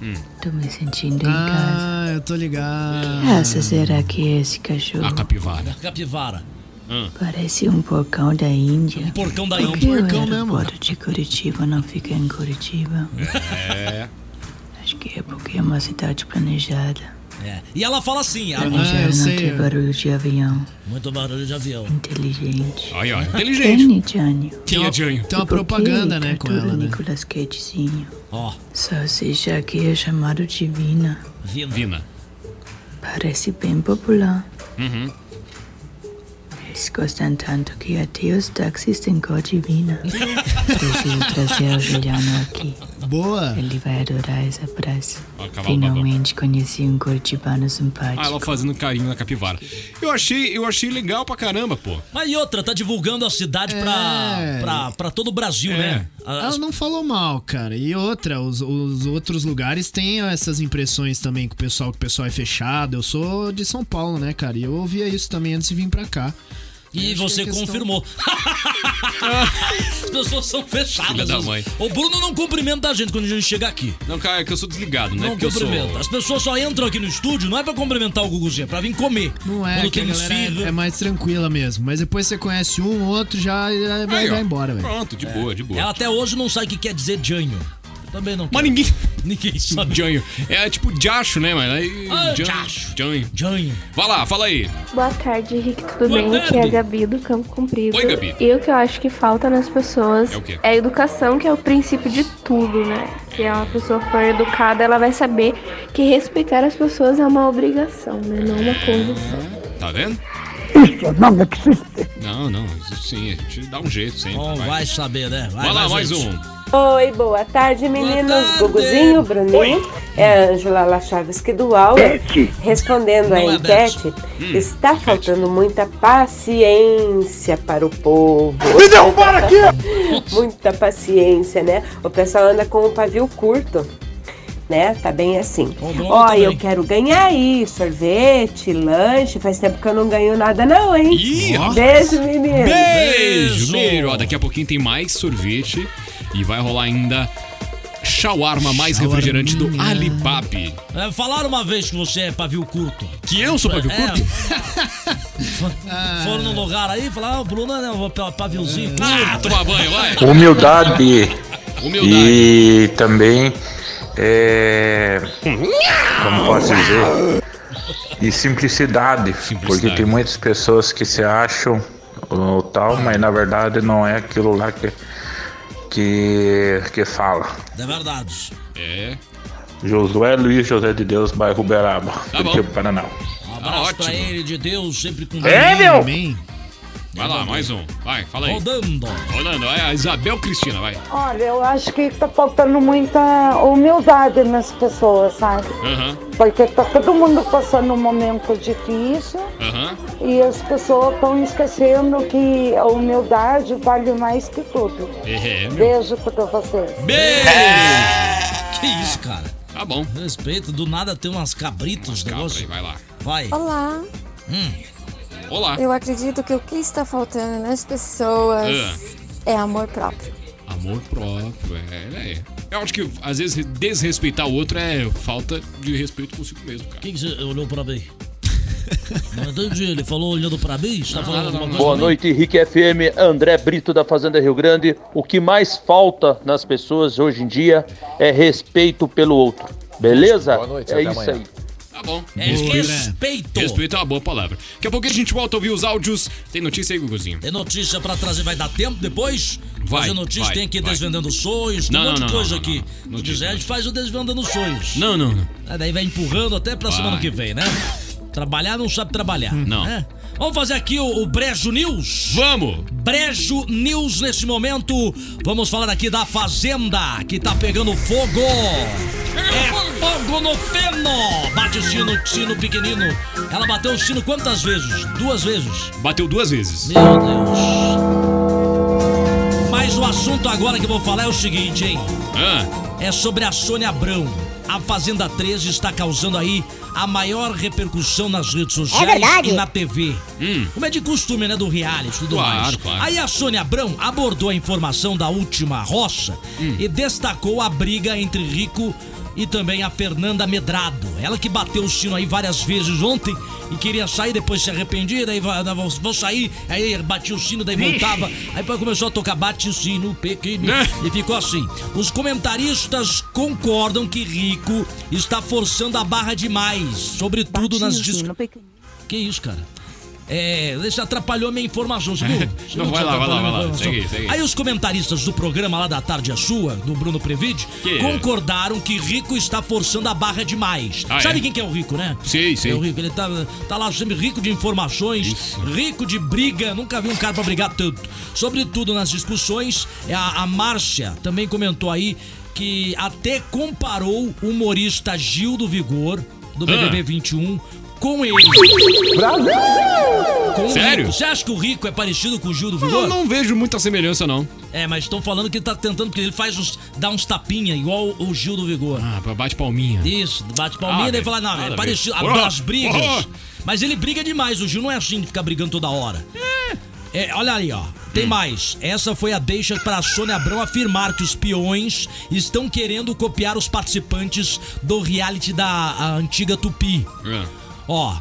S3: Hum.
S21: Tô me sentindo em casa.
S4: Ah, eu tô ligado.
S21: Que raça será que é esse cachorro?
S1: A capivara.
S3: Hum.
S21: Parece um porcão da Índia. Um
S1: porcão
S21: da
S1: Índia.
S21: Por que
S1: Porcão
S21: o
S1: mesmo.
S21: aeroporto de Curitiba não fica em Curitiba?
S3: É.
S21: Acho que é porque é uma cidade planejada.
S1: É. E ela fala assim, a-
S4: Ah,
S21: Planejada não tem barulho de avião.
S1: muito barulho de avião.
S21: Inteligente.
S3: Olha, olha.
S21: Tem Jânio.
S3: Tem né, a Jânio.
S21: E por que tá tudo Nicolas Cagezinho.
S1: Ó.
S21: Salsicha aqui é chamado de Vina.
S1: Vina.
S3: Vina.
S21: Parece bem popular.
S3: Uhum.
S21: Eles gostam tanto que até os táxis têm cor de Vina. Preciso trazer o Juliano aqui. Boa! Ele vai adorar essa praça.
S3: Ó, cavalo
S21: Finalmente conheci um curitibano
S3: Ah,
S21: simpático.
S3: ela fazendo carinho na capivara. Eu achei, eu achei legal pra caramba, pô.
S1: Mas e outra, tá divulgando a cidade pra,
S4: É.
S1: pra, pra todo o Brasil, né?
S3: É.
S1: A-
S4: Ela
S1: as-
S4: não falou mal, cara. E outra, os, os outros lugares têm essas impressões também com o pessoal, que o pessoal é fechado. Eu sou de São Paulo, né, cara? E eu ouvia isso também antes de vir pra cá.
S1: E você confirmou. As pessoas são
S3: Filha
S1: fechadas.
S3: da mãe. é
S1: O Bruno não cumprimenta a gente quando a gente chega aqui.
S3: Não, cara, é que eu sou desligado, né?
S1: Não
S3: Porque eu sou.
S1: cumprimenta. As pessoas só entram aqui no estúdio, não é pra cumprimentar o Guguzinho, é pra vir comer.
S4: Não é,
S1: Quando
S4: que a
S1: tem
S4: galera é-
S1: esfirra.
S4: é mais tranquila mesmo. Mas depois você conhece um, outro, já é, vai,
S1: Aí, ó.
S4: vai embora, velho.
S3: Pronto, de boa, de boa.
S1: Ela até hoje não sabe o que quer dizer Janho. Eu Também não.
S3: Mas ninguém.
S1: Ninguém sabe.
S3: Janho. É tipo Jacho, né, mas aí.
S1: Ah,
S3: Janho,
S1: Jacho.
S3: Janho.
S1: Janho.
S3: Vai lá, fala aí.
S13: Boa tarde, Rick, tudo
S3: Boa
S13: bem?
S3: tarde.
S13: Aqui é a Gabi do Campo Comprido.
S3: Oi, Gabi.
S13: E o que eu acho que falta nas pessoas
S3: É o quê?
S13: é a educação, que é o princípio de tudo, né? Se uma pessoa for educada, ela vai saber que respeitar as pessoas é uma obrigação, né?
S22: É
S13: Não uma condição.
S3: Tá vendo?
S11: Não, é que
S3: Não, não. isso Sim, a gente dá um jeito sempre.
S1: Bom, vai. saber, né?
S3: Vai, lá, mais
S1: gente.
S3: um.
S20: Oi, boa tarde, meninos. Guguzinho, Bruninho. É a Ângela Lachaves que do UAU. Respondendo à
S23: Não é
S20: enquete, está faltando muita paciência para o povo.
S11: Me derrubaram aqui!
S20: muita paciência, né? O pessoal anda com o pavio curto. Né? Tá bem assim. Ó, eu quero ganhar aí, sorvete, lanche. Faz tempo que eu não ganho nada, não, hein?
S3: Ih, ó.
S20: Beijo, meninos.
S3: Beijo! Beijo! Ó, daqui a pouquinho tem mais sorvete e vai rolar ainda shawarma mais refrigerante do Alibab.
S1: É, falaram uma vez que você é pavio curto. É.
S3: Que eu sou pavio curto?
S1: Foram num lugar aí e falaram, ah, Bruna, né, um paviozinho curto.
S3: Ah, toma banho, vai.
S24: Humildade.
S3: Humildade.
S24: E também. É, como posso dizer? E simplicidade, Porque tem muitas pessoas que se acham ou tal, mas na verdade não é aquilo lá que, que, que fala.
S1: É verdade.
S3: É.
S24: Josué Luiz José de Deus, bairro Uberaba,
S1: Tá
S3: Tá
S24: Curitiba, Paraná.
S1: Um abraço pra ele de Deus, sempre com
S24: É, meu!
S3: Vai lá, mais um. Vai, fala aí.
S1: Rodando.
S3: Rodando, vai. a Isabel Cristina, vai.
S25: Olha, eu acho que tá faltando muita humildade nas pessoas, sabe?
S3: Aham,
S25: Porque tá todo mundo passando um momento difícil
S3: aham.
S25: e as pessoas estão esquecendo que a humildade vale mais que tudo.
S3: É, meu.
S25: Beijo pra vocês.
S1: Beijo! Que isso, cara?
S3: Tá bom.
S1: Respeito, do nada tem umas cabritas, negócio.
S3: Vai lá.
S1: Vai.
S26: Olá,
S3: Olá.
S26: eu acredito que o que está faltando nas pessoas é amor próprio.
S3: Amor próprio, é, é. Eu acho que às vezes desrespeitar o outro é falta de respeito consigo mesmo, cara.
S1: Quem que você olhou pra mim? Não entendi, ele falou olhando pra mim? Você tá falando alguma coisa
S27: Boa
S1: pra mim?
S27: noite, Rick FM, André Brito da Fazenda Rio Grande. O que mais falta nas pessoas hoje em dia é respeito pelo outro. Beleza?
S28: Boa noite,
S27: é
S28: até
S27: isso
S28: amanhã.
S27: aí.
S3: Tá bom.
S1: É respeito.
S3: Respeito é uma boa palavra. Daqui a pouco a gente volta a ouvir os áudios. Tem notícia aí, Guguzinho?
S1: Tem notícia pra trazer, vai dar tempo depois?
S3: Vai,
S1: Fazer notícia,
S3: vai,
S1: tem que ir
S3: vai.
S1: desvendando sonhos, tem
S3: Não,
S1: um monte
S3: não,
S1: de
S3: não,
S1: coisa
S3: não,
S1: aqui.
S3: não,
S1: Se quiser, a gente faz o desvendando sonhos.
S3: Não, não, não.
S1: É, daí vai empurrando até pra semana
S3: Vai.
S1: que vem, né? Trabalhar não sabe trabalhar.
S3: Não.
S1: né? Vamos fazer aqui o, o Brejo News?
S3: Vamos!
S1: Brejo News nesse momento. Vamos falar aqui da Fazenda, que tá pegando fogo. É fogo no feno! Bate o sino, sino pequenino. Ela bateu o sino quantas vezes? Duas vezes.
S3: Bateu duas vezes.
S1: Meu Deus. Mas o assunto agora que eu vou falar é o seguinte, hein? É sobre a Sônia Abrão. A Fazenda 13 está causando aí a maior repercussão nas redes sociais
S2: verdade.
S1: e na TV.
S3: Hum.
S1: Como é de costume, né? Do reality e tudo
S2: Hum. Claro,
S1: mais.
S2: claro.
S1: Aí a Sônia Abrão abordou a informação da última roça
S2: Hum.
S1: e destacou a briga entre Rico e também a Fernanda Medrado. Ela que bateu o sino aí várias vezes ontem e queria sair, depois se arrependia, daí va- da- vou, vou sair, aí batia o sino, daí
S2: Vixe. Né?
S1: voltava. Aí depois começou a tocar bate o sino, pequeno, e ficou assim. Os comentaristas concordam que Rico está forçando a barra demais, sobretudo nas discussões. Que isso, cara? É, você atrapalhou minha informação, você viu? Você
S3: Não,
S1: viu
S3: vai lá, vai
S1: que você
S3: lá,
S1: atrapalhou
S3: vai
S1: minha
S3: lá.
S1: informação?
S3: Segue, segue.
S1: Aí os comentaristas do programa lá da Tarde é Sua, do Bruno Previde,
S3: Que?
S1: concordaram que Rico está forçando a barra demais.
S3: Ah,
S1: Sabe
S3: é?
S1: quem que é o Rico, né?
S3: Sei, sei.
S1: É o Rico, ele tá, tá lá sempre rico de informações, rico de briga, nunca vi um cara pra brigar tanto. Sobretudo nas discussões, é a, a Márcia também comentou aí que até comparou o humorista Gil do Vigor, do
S3: Ah.
S1: BBB 21, com ele.
S2: Brasil!
S1: Com o
S3: Sério?
S1: Rico. Você acha que o Rico é parecido com o Gil do Vigor?
S3: Eu não vejo muita semelhança, não.
S1: É, mas estão falando que ele tá tentando, porque ele faz uns, dá uns tapinha, igual o Gil do Vigor.
S3: Ah, bate palminha.
S1: Isso, bate palminha,
S3: Ah,
S1: daí
S3: velho,
S1: fala, não,
S3: nada
S1: é
S3: a
S1: parecido,
S3: ver.
S1: abre
S3: Oh,
S1: as brigas.
S3: oh.
S1: Mas ele briga demais, o Gil não é assim de ficar brigando toda hora. É, olha aí, ó.
S3: Hum.
S1: Tem mais. Essa foi a deixa para a Sônia Abrão afirmar que os peões estão querendo copiar os
S3: É.
S1: participantes do reality da a antiga Tupi. Ó,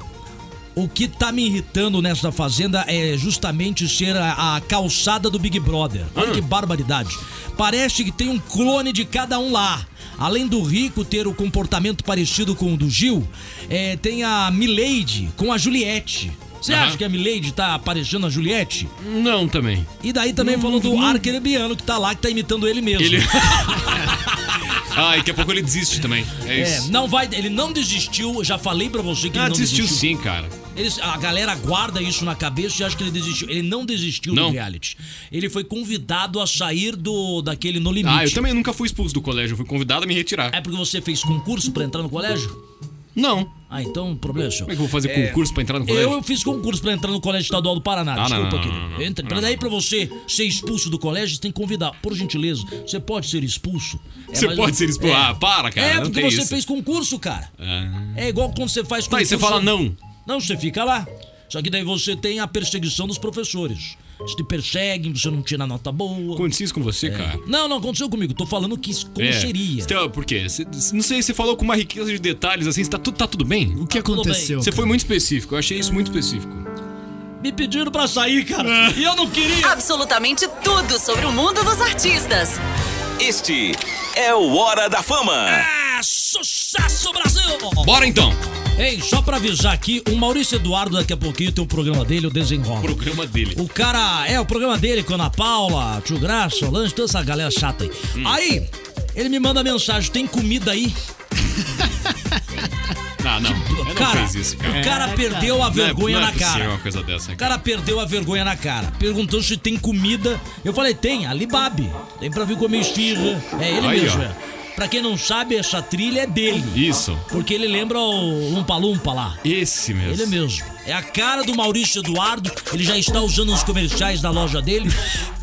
S1: O que tá me irritando nesta fazenda é justamente ser a, a calçada do Big Brother. Olha
S3: Hum.
S1: que barbaridade. Parece que tem um clone de cada um lá. Além do Rico ter o comportamento parecido com o do Gil, é, tem a Milady com a Juliette. Você
S3: Aham.
S1: acha que a Milady tá aparecendo a Juliette?
S3: Não, também.
S1: E daí também falou do Arquerebiano que tá lá, que tá imitando ele mesmo.
S3: Ele- Ah, e daqui a pouco ele desiste também. É,
S1: É,
S3: isso.
S1: não vai, ele não desistiu, eu já falei pra você que
S3: Ah,
S1: ele não
S3: desistiu
S1: desistiu.
S3: sim, cara.
S1: Eles- a galera guarda isso na cabeça e acha que ele desistiu. Ele não desistiu
S3: Não.
S1: do reality. Ele foi convidado a sair do daquele No Limite.
S3: Ah, eu também nunca fui expulso do colégio, eu fui convidado a me retirar.
S1: É porque você fez concurso pra entrar no colégio?
S3: Não.
S1: Ah, então, problema é seu.
S3: Como é que eu vou fazer
S1: É,
S3: concurso pra entrar no colégio?
S1: Eu fiz concurso pra entrar no Colégio Estadual do Paraná.
S3: Ah,
S1: Desculpa,
S3: não, não,
S1: querido.
S3: não, não, não.
S1: Entra-
S3: Não.
S1: Daí pra você ser expulso do colégio, você tem que convidar. Por gentileza, você pode ser expulso. É
S3: Você
S1: mais-
S3: pode ser expulso.
S1: É.
S3: Ah, para, cara.
S1: É,
S3: não
S1: porque
S3: tem
S1: você
S3: isso.
S1: fez concurso, cara.
S3: Ah.
S1: É igual quando você faz
S3: Tá, e você fala não.
S1: Não, você fica lá. Só que daí você tem a perseguição dos professores. Eles te perseguem, você não tira nota boa. É.
S3: Aconteceu isso com você, cara?
S1: Não, não aconteceu comigo. Tô falando que isso- como
S3: É.
S1: seria.
S3: Então, por quê? Cê- cê- não sei, você falou com uma riqueza de detalhes assim, tá tudo, tá tudo bem? O que
S1: aconteceu,
S3: Você foi muito específico, eu achei isso muito específico.
S1: Me pediram pra sair,
S3: Ah.
S1: cara. E eu não queria.
S29: Absolutamente tudo sobre o mundo dos artistas.
S30: Este é o Hora da Fama.
S1: Ah, sucesso, Brasil!
S3: Bora então!
S1: Ei, só pra avisar aqui, o Maurício Eduardo daqui a pouquinho tem um programa dele, o Desenrola.
S3: Programa dele.
S1: O cara, é, o programa dele com a Ana Paula, Tio Graça, Solange, toda essa galera chata aí. Aí, ele me manda mensagem, tem comida aí?
S3: Não, Ah, não. Eu não
S1: Cara,
S3: fiz isso, cara.
S1: o cara perdeu a
S3: Não é-
S1: vergonha
S3: não é
S1: na cara.
S3: possível uma coisa dessa,
S1: O cara perdeu a vergonha na cara. Perguntou se tem comida. Eu falei, tem, Alibab. Tem pra vir comer esfirra. É ele
S3: Aí,
S1: mesmo,
S3: ó.
S1: é. Pra quem não sabe, essa trilha é dele.
S3: Isso.
S1: Porque ele lembra o Lumpa Lumpa lá.
S3: Esse mesmo.
S1: Ele mesmo. É a cara do Maurício Eduardo. Ele já está usando os comerciais da loja dele.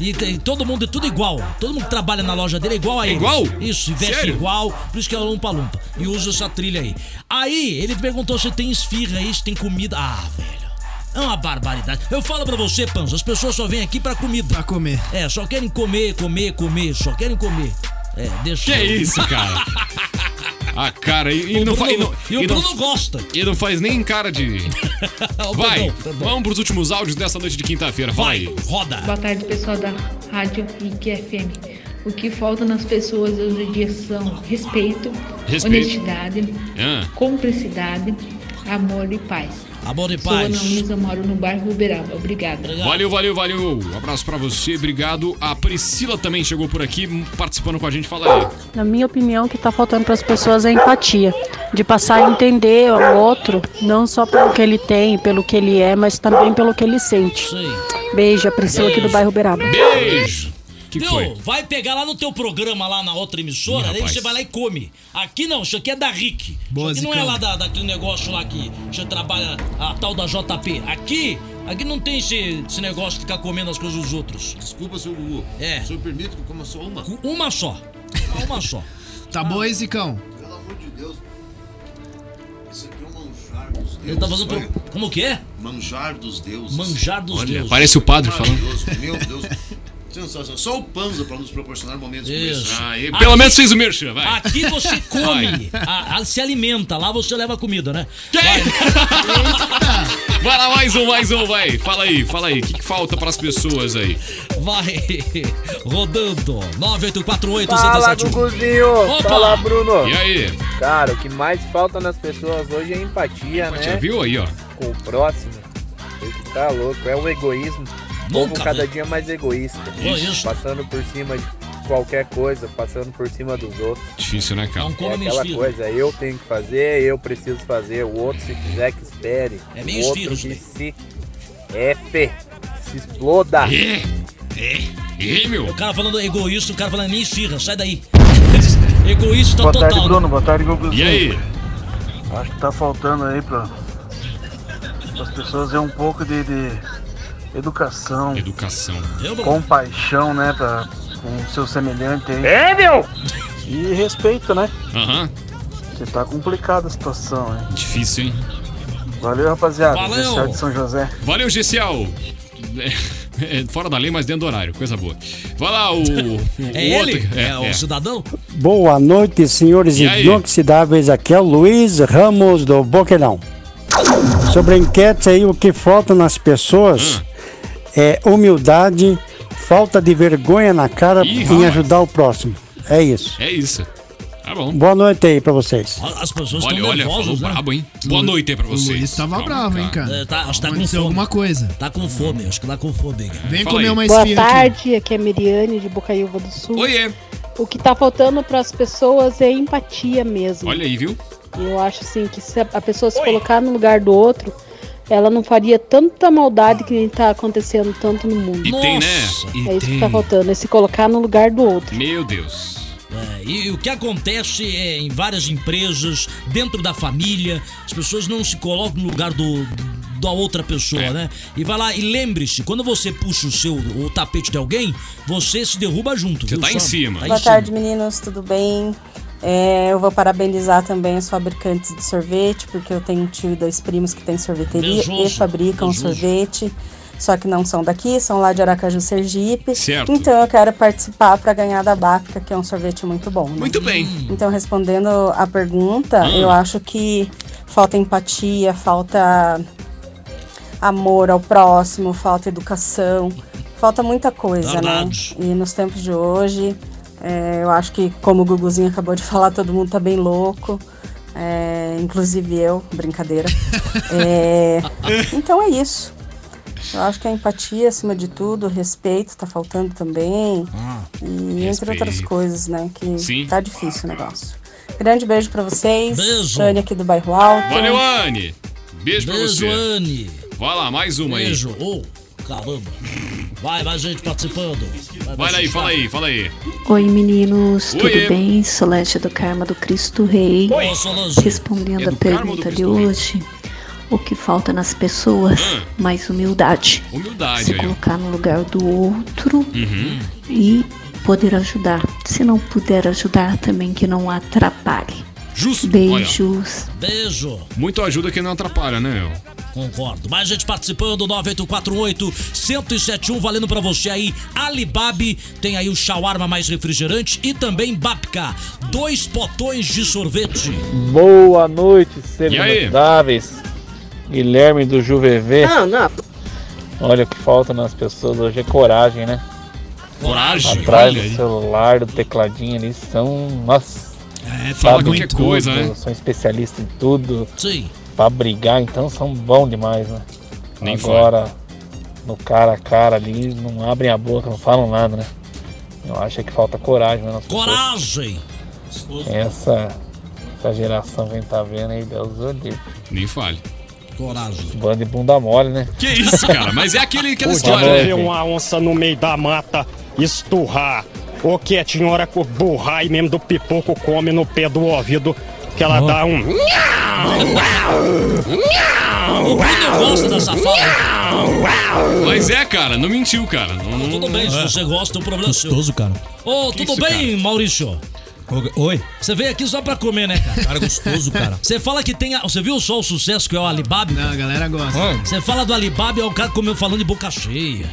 S1: E, tem- todo mundo é tudo igual. Todo mundo que trabalha na loja dele é igual a ele.
S3: igual?
S1: Isso, e veste
S3: Sério?
S1: igual. Por isso que é o Lumpa Lumpa. E usa essa trilha aí. Aí, ele perguntou se tem esfirra aí, se tem comida. Ah, velho. É uma barbaridade. Eu falo pra você, Panzo, as pessoas só vêm aqui pra comida. Pra
S4: comer.
S1: É, só querem comer, comer, comer. Só querem comer. É, deixa
S3: Que
S1: eu-
S3: isso, cara? Ah, cara, e, e
S1: O
S3: não faz.
S1: Bruno- e o Bruno
S3: não,
S1: gosta.
S3: E não faz nem cara de. Vai,
S1: perdão, perdão.
S3: vamos pros últimos áudios dessa noite de quinta-feira. Fala aí.
S1: Roda.
S17: Boa tarde, pessoal da Rádio Rick FM. O que falta nas pessoas hoje em dia são respeito,
S3: Respeito.
S17: honestidade,
S3: Ah.
S17: cumplicidade, amor e paz.
S1: Amor e
S17: Sou Ana
S1: paz.
S17: Luísa, moro no bairro Uberaba. Obrigada.
S3: Valeu, valeu, valeu. Um abraço pra você, obrigado. A Priscila também chegou por aqui participando com a gente. Fala aí.
S9: Na minha opinião, o que está faltando para as pessoas é empatia, de passar a entender o outro, não só pelo que ele tem, pelo que ele é, mas também pelo que ele sente. Beijo, a Priscila aqui do bairro Uberaba.
S3: Beijo! Que
S1: Viu?
S3: foi?
S1: Vai pegar lá no teu programa, lá na outra emissora,
S3: Ih,
S1: daí
S3: rapaz.
S1: você vai lá e come. Aqui não, isso aqui é da Rick.
S3: Boa,
S1: isso aqui não é
S3: Zicão.
S1: lá da, daquele negócio lá que você trabalha, a tal da JP. Aqui, aqui não tem esse, esse negócio de ficar comendo as coisas dos outros.
S10: Desculpa, seu Gugu.
S1: É.
S10: O senhor permite que eu coma só uma?
S1: Uma só. Uma só.
S4: Tá bom, hein, Zicão?
S10: Pelo amor de Deus. Isso aqui é um manjar dos deuses.
S1: Ele tá fazendo pro... Como que é?
S10: Manjar dos deuses.
S1: Manjar dos
S3: Olha,
S1: deuses.
S3: parece o padre falando.
S10: Maravilhoso, Meu Deus. Sensacional. Só o Panza pra nos proporcionar momentos como
S1: Isso.
S10: esse.
S3: Ah, e pelo menos fez o merchan, vai.
S1: Aqui você come,
S3: Vai.
S1: a- a- se alimenta, lá você leva comida, né?
S3: Vai lá, mais um, mais um, vai. Fala aí, fala aí. O que, que falta pras pessoas aí?
S1: Vai rodando. 9848
S23: Fala,
S1: 107.
S23: Guguzinho!
S1: Opa!
S23: Fala, Bruno!
S1: E aí?
S23: Cara, o que mais falta nas pessoas hoje é empatia,
S3: Empatia,
S23: né?
S3: viu aí, ó?
S23: Com o próximo. Tem que tá louco, é o egoísmo. O povo
S3: Nunca,
S23: cada
S3: velho.
S23: dia mais egoísta.
S1: Pô, né? É isso.
S23: Passando por cima de qualquer coisa, passando por cima dos outros.
S3: Difícil, né,
S1: um
S3: cara?
S23: É aquela coisa, eu tenho que fazer, eu preciso fazer, o outro se quiser que espere.
S1: É
S23: o
S1: meio
S23: outro
S1: vírus,
S23: que
S1: né?
S23: se F, se exploda.
S1: É.
S3: E É. meu?
S1: O cara falando egoísta, o cara falando nem esfirra, sai daí. egoísta
S22: Boa
S1: total.
S22: tarde,
S1: né?
S22: Bruno. Boa tarde, Guguzinho.
S1: E aí?
S22: Acho que tá faltando aí pra as pessoas é um pouco de, de educação.
S3: Educação.
S22: Compaixão, né, pra, com
S8: Um
S22: o seu semelhante aí.
S3: É,
S22: meu! E respeito, né?
S3: Aham.
S22: Porque tá complicada a situação, hein?
S3: Difícil, hein?
S22: Valeu, rapaziada.
S3: Valeu.
S22: Deixar de São José.
S3: Valeu, Gessiel. É, é, fora da lei, mas dentro do horário. Coisa boa. Vai lá, o. o
S1: É
S3: outro.
S1: ele? É, o cidadão?
S13: Boa noite, senhores
S3: E aí?
S13: inoxidáveis. Aqui é o Luiz Ramos do Boqueirão.
S8: Sobre a enquete aí, o que falta nas pessoas
S3: Hum.
S8: é humildade, falta de vergonha na cara
S3: Ih,
S8: em
S3: rapaz.
S8: ajudar o próximo. É isso.
S3: É isso. Tá bom.
S8: Boa noite aí pra vocês.
S1: Ah, As pessoas
S3: olha,
S1: estão
S3: olha, falou
S1: nervosas, né?
S3: brabo, hein? Boa noite aí pra vocês.
S4: Luiz tava
S3: Calma,
S4: bravo, hein, cara?
S1: É, tá, acho que tá com
S4: Aconteceu
S1: fome.
S4: alguma coisa.
S1: Tá com fome, acho que tá com fome. cara.
S4: Vem
S1: Fala
S4: comer
S1: aí.
S4: uma
S14: Boa tarde, aqui é Miriane de Bocaiúva do Sul.
S3: Oiê.
S14: O que tá faltando para as pessoas é empatia mesmo.
S3: Olha aí, viu?
S14: Eu acho assim que se a- a pessoa se colocar no lugar do outro, ela não faria tanta maldade que nem tá acontecendo tanto no mundo.
S3: E tem, né? E
S14: É isso
S3: tem.
S14: que tá faltando, é se colocar no lugar do outro.
S3: Meu Deus.
S1: É, e o que acontece é, em várias empresas, dentro da família, as pessoas não se colocam no lugar do da outra pessoa,
S3: É.
S1: né? E vai lá e lembre-se, quando você puxa o seu o tapete de alguém, você se derruba junto. Você
S3: tá em cima.
S15: Boa tarde, meninos, tudo bem? É, eu vou parabenizar também os fabricantes de sorvete, porque eu tenho um tio e dois primos que têm sorveteria
S16: Beijoso,
S15: e fabricam
S16: beijoso.
S15: sorvete, só que não são daqui, são lá de Aracaju, Sergipe.
S16: Certo.
S15: Então eu quero participar para ganhar da Bafta, que é um sorvete muito bom. né?
S16: Muito bem.
S15: Então, respondendo a pergunta,
S16: Hum.
S15: eu acho que falta empatia, falta amor ao próximo, falta educação, falta muita coisa,
S1: Verdade.
S15: né? E nos tempos de hoje, é, eu acho que, como o Guguzinho acabou de falar, todo mundo tá bem louco. é, inclusive eu, brincadeira. É, então é isso. Eu acho que a empatia, acima de tudo, respeito tá faltando também. e entre outras
S16: respeito.
S15: coisas, né? Que
S16: Sim.
S15: tá difícil o negócio. Grande beijo pra vocês.
S3: Beijo.
S15: Anne aqui do bairro Alto.
S3: Valeu, Anne. Beijo, pra
S1: Beijo,
S3: você.
S1: Anne.
S3: Vai lá, mais uma
S1: Beijo.
S3: aí.
S1: Oh, caramba. Vai, vai, gente, participando.
S3: Vai lá aí,
S1: tá.
S3: fala aí, fala aí.
S17: Oi meninos, tudo
S3: Oiê.
S17: bem? Solete do Karma do Cristo Rei.
S3: Oi, Solange.
S17: Respondendo
S3: É
S17: a
S3: do Karma do
S17: pergunta de
S3: Cristo Rei.
S17: hoje, o que falta nas pessoas?
S3: Hum.
S17: Mais humildade.
S3: Humildade
S17: Se
S3: aí, ó.
S17: colocar no lugar do outro
S3: Uhum.
S17: e poder ajudar. Se não puder ajudar, também que não atrapalhe.
S3: Justo.
S17: Beijos.
S1: Beijo.
S3: Muito ajuda que não atrapalha, né, meu?
S1: Concordo. Mais gente participando, 9848-1071, valendo pra você aí. Alibab, tem aí o shawarma mais refrigerante e também Babka, dois potões de sorvete.
S18: Boa noite,
S1: E aí?
S18: seminutáveis. Guilherme do JuVV.
S11: Ah,
S1: Não, não.
S18: Olha o que falta nas pessoas hoje é coragem, né?
S3: Coragem,
S18: Atrás
S3: olha
S18: do
S3: aí.
S18: celular, do tecladinho ali, são. Nossa.
S3: É, fala
S18: sabem
S3: qualquer
S18: tudo,
S3: coisa, né?
S18: São especialistas em tudo.
S1: Sim.
S18: Pra brigar, então, são bons demais, né?
S3: Nem
S18: Agora, no cara a cara ali, não abrem a boca, não falam nada, né? Eu acho é que falta coragem, né? nas pessoas.
S1: Coragem!
S18: Essa, essa geração que a gente tá vendo aí, Deus o livre.
S3: Nem fale.
S1: Coragem.
S18: Bando de bunda mole, né? é,
S3: Que isso, cara? Mas é aquele, aquela
S28: Porque
S3: história.
S28: ver
S3: né?
S28: uma onça no meio da mata esturrar. O que a senhora co- burrar e mesmo do pipoco come no pé do ouvido que ela dá um.
S1: O Bruno gosta dessa fala.
S3: Mas é, cara, não mentiu, cara. Não,
S1: Tudo bem, se você gosta, o problema é seu. Gostoso,
S22: cara.
S1: Ô,
S22: Que
S1: tudo
S22: isso,
S1: bem, Maurício?
S22: Oi.
S1: Você veio aqui só pra comer, né, cara?
S22: Cara gostoso, cara.
S1: Você fala que tem. a- Você viu só o sucesso que é o Alibaba? Não, a galera gosta. Você fala do Alibaba e é o cara que comeu falando de boca cheia.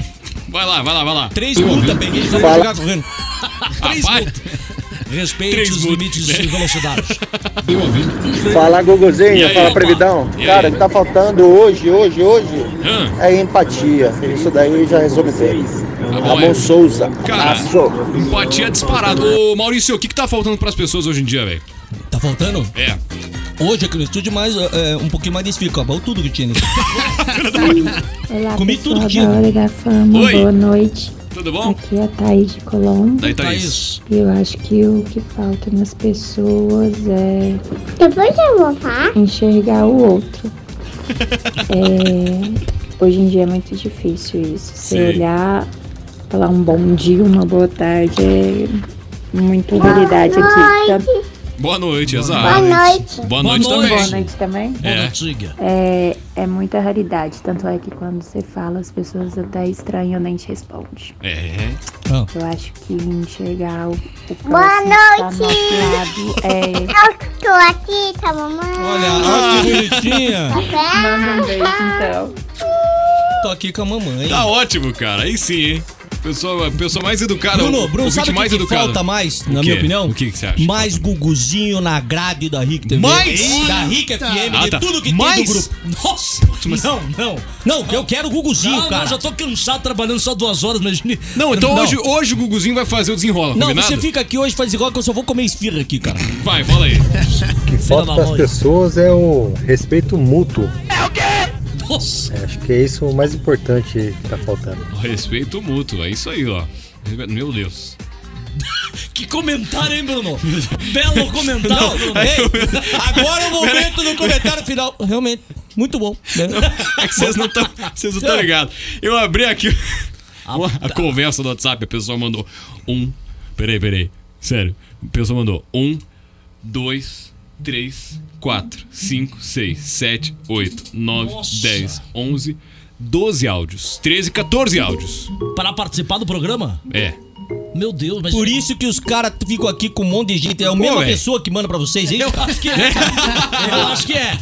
S3: Vai lá, vai lá, vai lá.
S1: Três multa, peguei, já vou jogar correndo. Três multa. Respeite
S3: Três
S1: os
S3: multa,
S1: limites
S3: né?
S1: de velocidade.
S12: Fala,
S1: E
S12: Guguzinho,
S1: aí,
S12: fala,
S1: opa?
S12: Previdão.
S1: E aí?
S12: Cara, o que tá faltando hoje, hoje, hoje é empatia. Isso daí já resolve tudo.
S1: Tá é?
S12: Ramon Souza.
S3: Cara,
S12: Abraço.
S3: empatia disparado. Ô, Maurício, o que, que tá faltando pras pessoas hoje em dia, velho?
S22: Tá faltando?
S3: É.
S22: Hoje aqui no estúdio, mais, é, um pouquinho mais desse fico, acabou tudo que tinha. nesse- Olá, Comi pessoal tudo que tinha. da Hora da Fama, Oi. boa noite.
S3: Tudo bom?
S22: Aqui é a Thaís de Colombo.
S3: Daí, Thaís.
S22: Eu acho que o que falta nas pessoas é
S31: Depois eu vou falar.
S22: enxergar o outro. É, hoje em dia é muito difícil isso. Você
S32: Sim.
S22: olhar, falar um bom dia, uma boa tarde, é muita habilidade aqui. Tanto
S3: Boa noite, exato.
S22: Boa noite.
S3: Boa noite também.
S22: Boa noite também.
S3: É.
S22: É, é muita raridade, tanto é que quando você fala, as pessoas até estranham nem te respondem.
S3: É.
S22: Eu acho que enxergar o, o próximo
S31: Boa
S22: tá
S31: noite.
S22: do nosso lado é...
S31: Eu tô aqui, tá, mamãe?
S22: Olha,
S3: ah,
S22: ó, que bonitinha.
S31: Manda um beijo, então.
S22: Tô aqui com a mamãe.
S3: Tá ótimo, cara. Aí sim, hein? Pessoa, pessoa mais educada.
S11: Bruno, Bruno,
S3: ouvinte
S11: sabe o que,
S3: mais
S11: que
S3: educado.
S11: falta mais,
S3: O
S11: na minha
S3: quê?
S11: opinião?
S3: O que que você acha?
S11: Mais guguzinho na grade da RIC TV.
S3: Mais?
S11: Da RIC FM,
S3: Ah,
S11: de
S3: tá.
S11: tudo que tem
S3: Mais?
S11: do grupo.
S1: Nossa, não, não.
S11: Não, eu quero o guguzinho,
S1: não,
S11: cara.
S1: eu já tô cansado trabalhando só duas horas, imagine.
S3: Não, então Hoje, hoje o Guguzinho vai fazer o desenrola,
S11: Não,
S3: combinado?
S11: você fica aqui hoje, faz igual que eu só vou comer esfirra aqui, cara. tá
S3: Vai, fala aí.
S13: que
S1: tá
S13: falta
S11: da
S13: para as
S11: mãe.
S13: pessoas é o respeito mútuo.
S11: É
S1: Nossa.
S13: É, acho que é isso o mais importante que tá faltando.
S3: Respeito mútuo, é isso aí, ó. Meu Deus.
S1: Que comentário, hein, Bruno? Belo comentário, Bruno.
S11: Ei, agora é o momento do comentário final. Realmente, muito bom.
S1: né?
S3: É que vocês não estão vocês não
S1: É.
S3: tão ligados. Eu abri aqui
S1: Ah,
S3: uma- a conversa do WhatsApp, a pessoa mandou um. Peraí, peraí. Sério. A pessoa mandou um, dois, três, quatro, cinco, seis, sete, oito, nove,
S1: Nossa.
S3: dez, onze, doze áudios. Treze, 14 áudios.
S1: Para participar do programa?
S3: É.
S1: Meu Deus, mas. é-
S11: Por isso que os caras ficam aqui com um monte de gente. É a
S1: Pô,
S11: mesma
S1: velho.
S11: pessoa que manda pra vocês, hein? Eu
S1: acho que é. Eu acho que é.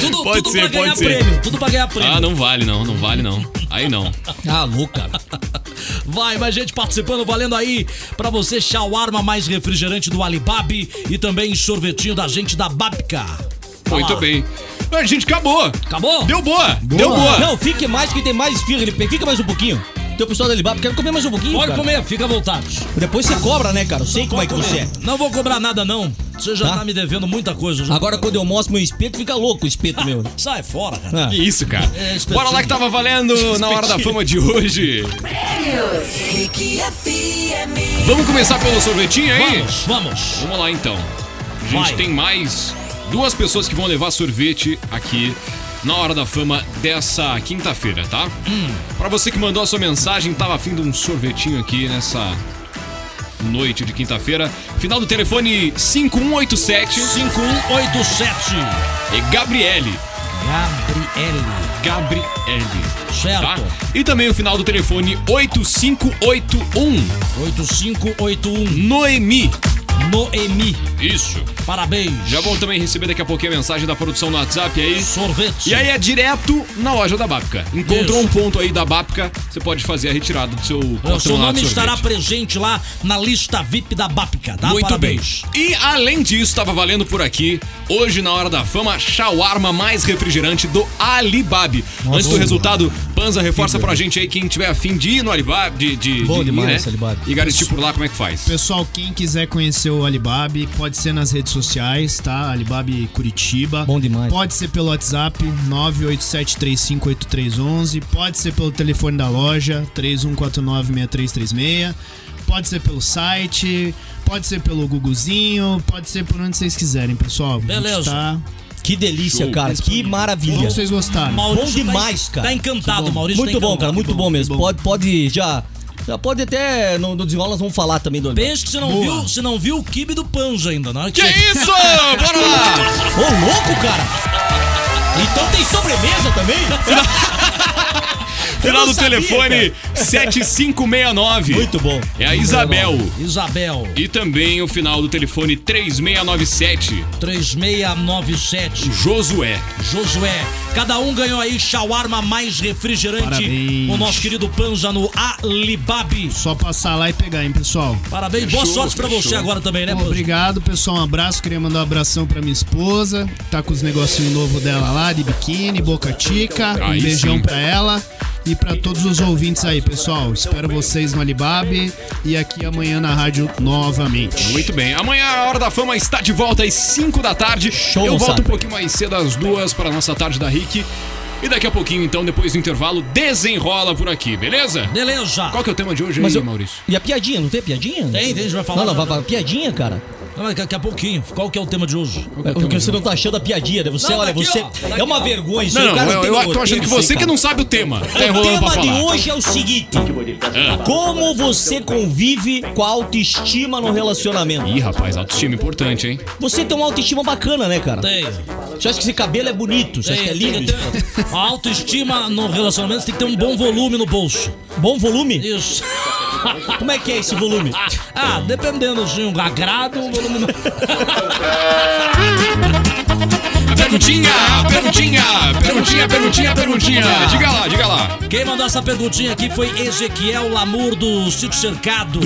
S1: Tudo,
S3: Pode
S1: tudo
S3: ser,
S1: pra ganhar
S3: pode ser.
S1: prêmio. Tá Tudo pra ganhar prêmio.
S3: Ah, não vale não, não vale não. Aí não.
S11: Ah, louco, cara.
S1: Vai, mais gente participando, valendo aí pra você shawarma mais refrigerante do Alibab e também sorvetinho da gente da Babka. Fala.
S3: Muito bem. A gente acabou.
S1: Acabou?
S3: Deu boa. Deu boa.
S11: Não, fique mais que tem mais esfirra. Ele fica mais um pouquinho. Teu pessoal da Libab, quero comer mais um pouquinho,
S1: Pode
S11: cara.
S1: comer, fica à vontade.
S11: Depois você cobra, né, cara? Eu sei como é que você é.
S1: Não vou cobrar nada, não. Você já tá,
S11: Tá?
S1: me devendo muita coisa. Já.
S11: Agora quando eu mostro meu espeto, fica louco o espeto meu.
S1: Sai fora, cara.
S3: Que isso, cara.
S1: É, espetinho.
S3: Bora lá que tava valendo na hora da fama de hoje.
S2: Rick FM.
S3: Vamos começar pelo sorvetinho aí?
S1: Vamos, vamos.
S3: Vamos lá então. A gente
S1: Vai.
S3: tem mais duas pessoas que vão levar sorvete aqui na Hora da Fama dessa quinta-feira, tá?
S1: Hum.
S3: Pra você que mandou a sua mensagem, tava afim de um sorvetinho aqui nessa noite de quinta-feira. Final do telefone 5187.
S1: 5187.
S3: E Gabriele.
S1: Gabriele.
S3: Gabriele.
S1: Certo.
S3: Tá? E também o final do telefone 8581.
S1: 8581.
S3: Noemi.
S1: Noemi.
S3: Isso.
S1: Parabéns.
S3: Já vão também receber daqui a pouquinho a mensagem da produção no WhatsApp aí.
S1: Sorvete.
S3: E aí é direto na loja da Babca. Encontrou
S1: Isso. É,
S3: um ponto aí da Babca, você pode fazer a retirada do seu
S1: O seu
S3: patronato
S1: nome
S3: de
S1: estará
S3: sorvete.
S1: presente lá na lista VIP da Bapca, tá?
S3: Muito
S1: Parabéns.
S3: bem. E além disso, tava valendo por aqui, hoje na hora da fama, shawarma mais refrigerante do Alibab. Antes do
S11: boa.
S3: resultado, Panza reforça pra gente aí quem tiver afim de ir no Alibab, de, de,
S11: Bom
S3: de ir,
S11: demais
S3: né?
S11: esse Alibab.
S3: E garantir por lá como é que faz.
S4: Pessoal, quem quiser conhecer o Alibab, pode ser nas redes sociais, tá? Alibab Curitiba. Bom demais. Pode ser pelo WhatsApp 987358311, pode ser pelo telefone da loja 31496336. Pode ser pelo site, pode ser pelo Guguzinho, pode ser por onde vocês quiserem, pessoal. tá
S1: Beleza.
S11: Que delícia, cara. Que maravilha.
S4: Como vocês gostaram?
S11: bom demais, cara.
S1: Tá encantado,
S11: Muito bom.
S1: Maurício, tá
S11: Muito bom,
S1: encantado.
S11: cara. Muito
S1: Muito
S11: bom,
S1: bom,
S11: mesmo.
S1: muito bom.
S11: Pode, pode já. Já pode até. No, no desenrola nós vamos falar também do Alibaba.
S1: Pensa que você não
S11: Boa.
S1: viu, você não viu o kibe do Panza ainda, não é?
S11: Que isso? Bora lá! Ô, louco, cara! Então tem sobremesa também?
S3: Final
S1: Eu
S3: do
S1: não sabia,
S3: telefone 7569. Muito
S11: bom.
S3: É a Isabel.
S1: Isabel.
S3: E também o final do telefone 3697.
S1: 3697.
S3: Josué.
S1: Josué. Cada um ganhou aí shawarma mais refrigerante.
S4: Parabéns.
S1: O nosso querido Panza no Alibab.
S4: Só passar lá e pegar, hein, pessoal?
S1: Parabéns. Boa sorte pra você agora também, né,
S4: Pô,
S1: Panza?
S4: Obrigado, pessoal. Um abraço. Queria mandar um abração pra minha esposa. Tá com os negocinhos novos dela lá, de biquíni, boca tica. Um
S3: Aí
S4: beijão
S3: sim.
S4: pra ela. E pra todos os ouvintes aí, pessoal. Espero vocês no Alibab e aqui amanhã na rádio novamente.
S3: Muito bem. Amanhã a Hora da Fama está de volta às 5 da tarde.
S4: Show,
S3: Eu volto
S4: moçada.
S3: um pouquinho mais cedo às duas para a nossa tarde da Rick. E daqui a pouquinho, então, depois do intervalo, desenrola por aqui, beleza?
S1: Beleza.
S3: Qual que é o tema de hoje
S11: Mas
S3: aí,
S11: eu-
S3: Maurício?
S11: E a piadinha, não tem piadinha?
S1: Tem, tem, a gente vai falar
S11: Não,
S1: já,
S11: não, vai,
S1: já.
S11: vai, piadinha, cara.
S1: Não, mas Daqui a pouquinho. Qual que é o tema de hoje?
S11: É porque você não tá achando a piadinha, né? Você,
S1: Não, tá
S11: olha,
S1: aqui,
S11: você.
S1: ó. Tá aqui,
S11: é uma
S1: ó.
S11: vergonha isso
S3: não,
S11: aí,
S3: não,
S11: cara.
S3: eu,
S11: tem um
S3: eu
S11: roteiro
S3: tô achando que
S11: isso aí,
S3: você que
S11: cara.
S3: não sabe o tema. Tá
S11: O
S3: enrolando pra
S11: tema de
S3: falar.
S11: hoje é o seguinte: Como você convive com a autoestima no relacionamento?
S3: Ih, rapaz, autoestima é importante, hein?
S11: Você tem uma autoestima bacana, né, cara?
S1: Tem.
S11: Você acha que esse cabelo é bonito? Você acha que é
S1: Tem,
S11: lindo?
S1: tem que ter- A autoestima no relacionamento tem que ter um bom volume no bolso.
S11: Bom volume?
S1: Isso.
S11: Como é que é esse volume?
S1: Ah, dependendo, assim, um agrado, um volume não.
S3: Perguntinha, perguntinha, perguntinha, perguntinha, perguntinha. Diga lá, diga lá.
S1: Quem mandou essa perguntinha aqui foi Ezequiel Lamur do Sítio Cercado.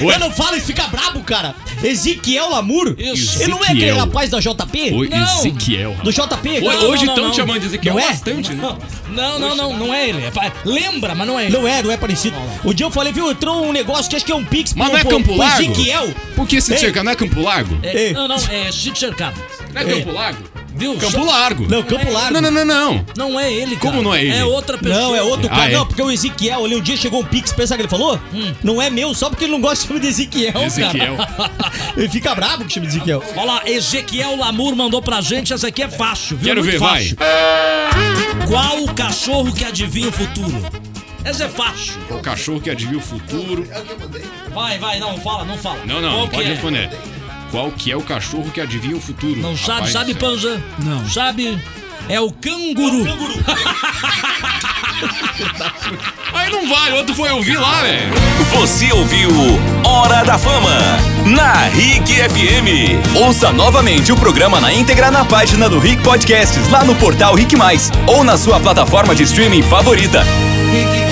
S11: Eu não falo e fica é brabo, cara. Ezequiel Lamur?
S3: Isso.
S11: Ele não é aquele
S3: Ezequiel.
S11: rapaz da JP?
S3: Oi,
S11: Não.
S3: Ezequiel.
S11: Do JP?
S3: Ho-
S11: Não, não,
S3: hoje
S11: não,
S3: tão
S11: não.
S3: te chamando de Ezequiel
S11: Não é?
S3: bastante, né?
S1: Não, não, não, não é ele. É pa- Lembra, mas não é ele.
S11: Não é, não é parecido. O dia eu falei, viu, entrou um negócio que acho que é um pix
S3: Mas
S11: pro-
S3: não é
S11: pro-
S3: Campo
S11: pro
S3: Largo?
S11: Ezequiel.
S3: Por que esse
S11: Ei,
S3: cercado? Não é Campo Largo?
S1: É, não, não, é Sítio Cercado.
S3: Não é Campo Largo?
S1: Viu? É.
S3: Campo Largo. É.
S11: Não, Campo Largo.
S3: Não, não, não, não.
S1: Não é ele, cara.
S3: Como não é ele?
S1: É outra pessoa.
S11: Não, é outro
S3: Ah,
S11: cara.
S3: é?
S11: Não, porque o Ezequiel ali um dia chegou um pix, pensa que ele falou?
S1: Hum.
S11: Não é meu, só porque ele não gosta de chama de Ezequiel. cara.
S3: Ezequiel.
S11: ele fica brabo que chama de Ezequiel.
S1: Olha lá, Ezequiel Lamur mandou pra gente. Essa aqui é fácil, viu?
S3: Quero
S1: Muito
S3: ver,
S1: fácil. Qual o cachorro que adivinha o futuro? Essa é fácil.
S3: O cachorro que adivinha o futuro.
S1: Vai, vai, não, fala, não fala.
S3: Não, não,
S1: Qual
S3: não
S1: que
S3: pode
S1: é?
S3: responder. Qual que é o cachorro que adivinha o futuro?
S1: Não sabe,
S3: Rapaz,
S1: sabe,
S3: isso é-
S1: Panja? Não. Sabe? É o canguru.
S3: Aí não vale, outro foi ouvir lá, velho.
S5: Você ouviu Hora da Fama na Rick FM. Ouça novamente o programa na íntegra na página do Rick Podcasts, lá no portal Rick Mais ou na sua plataforma de streaming favorita.
S2: Rick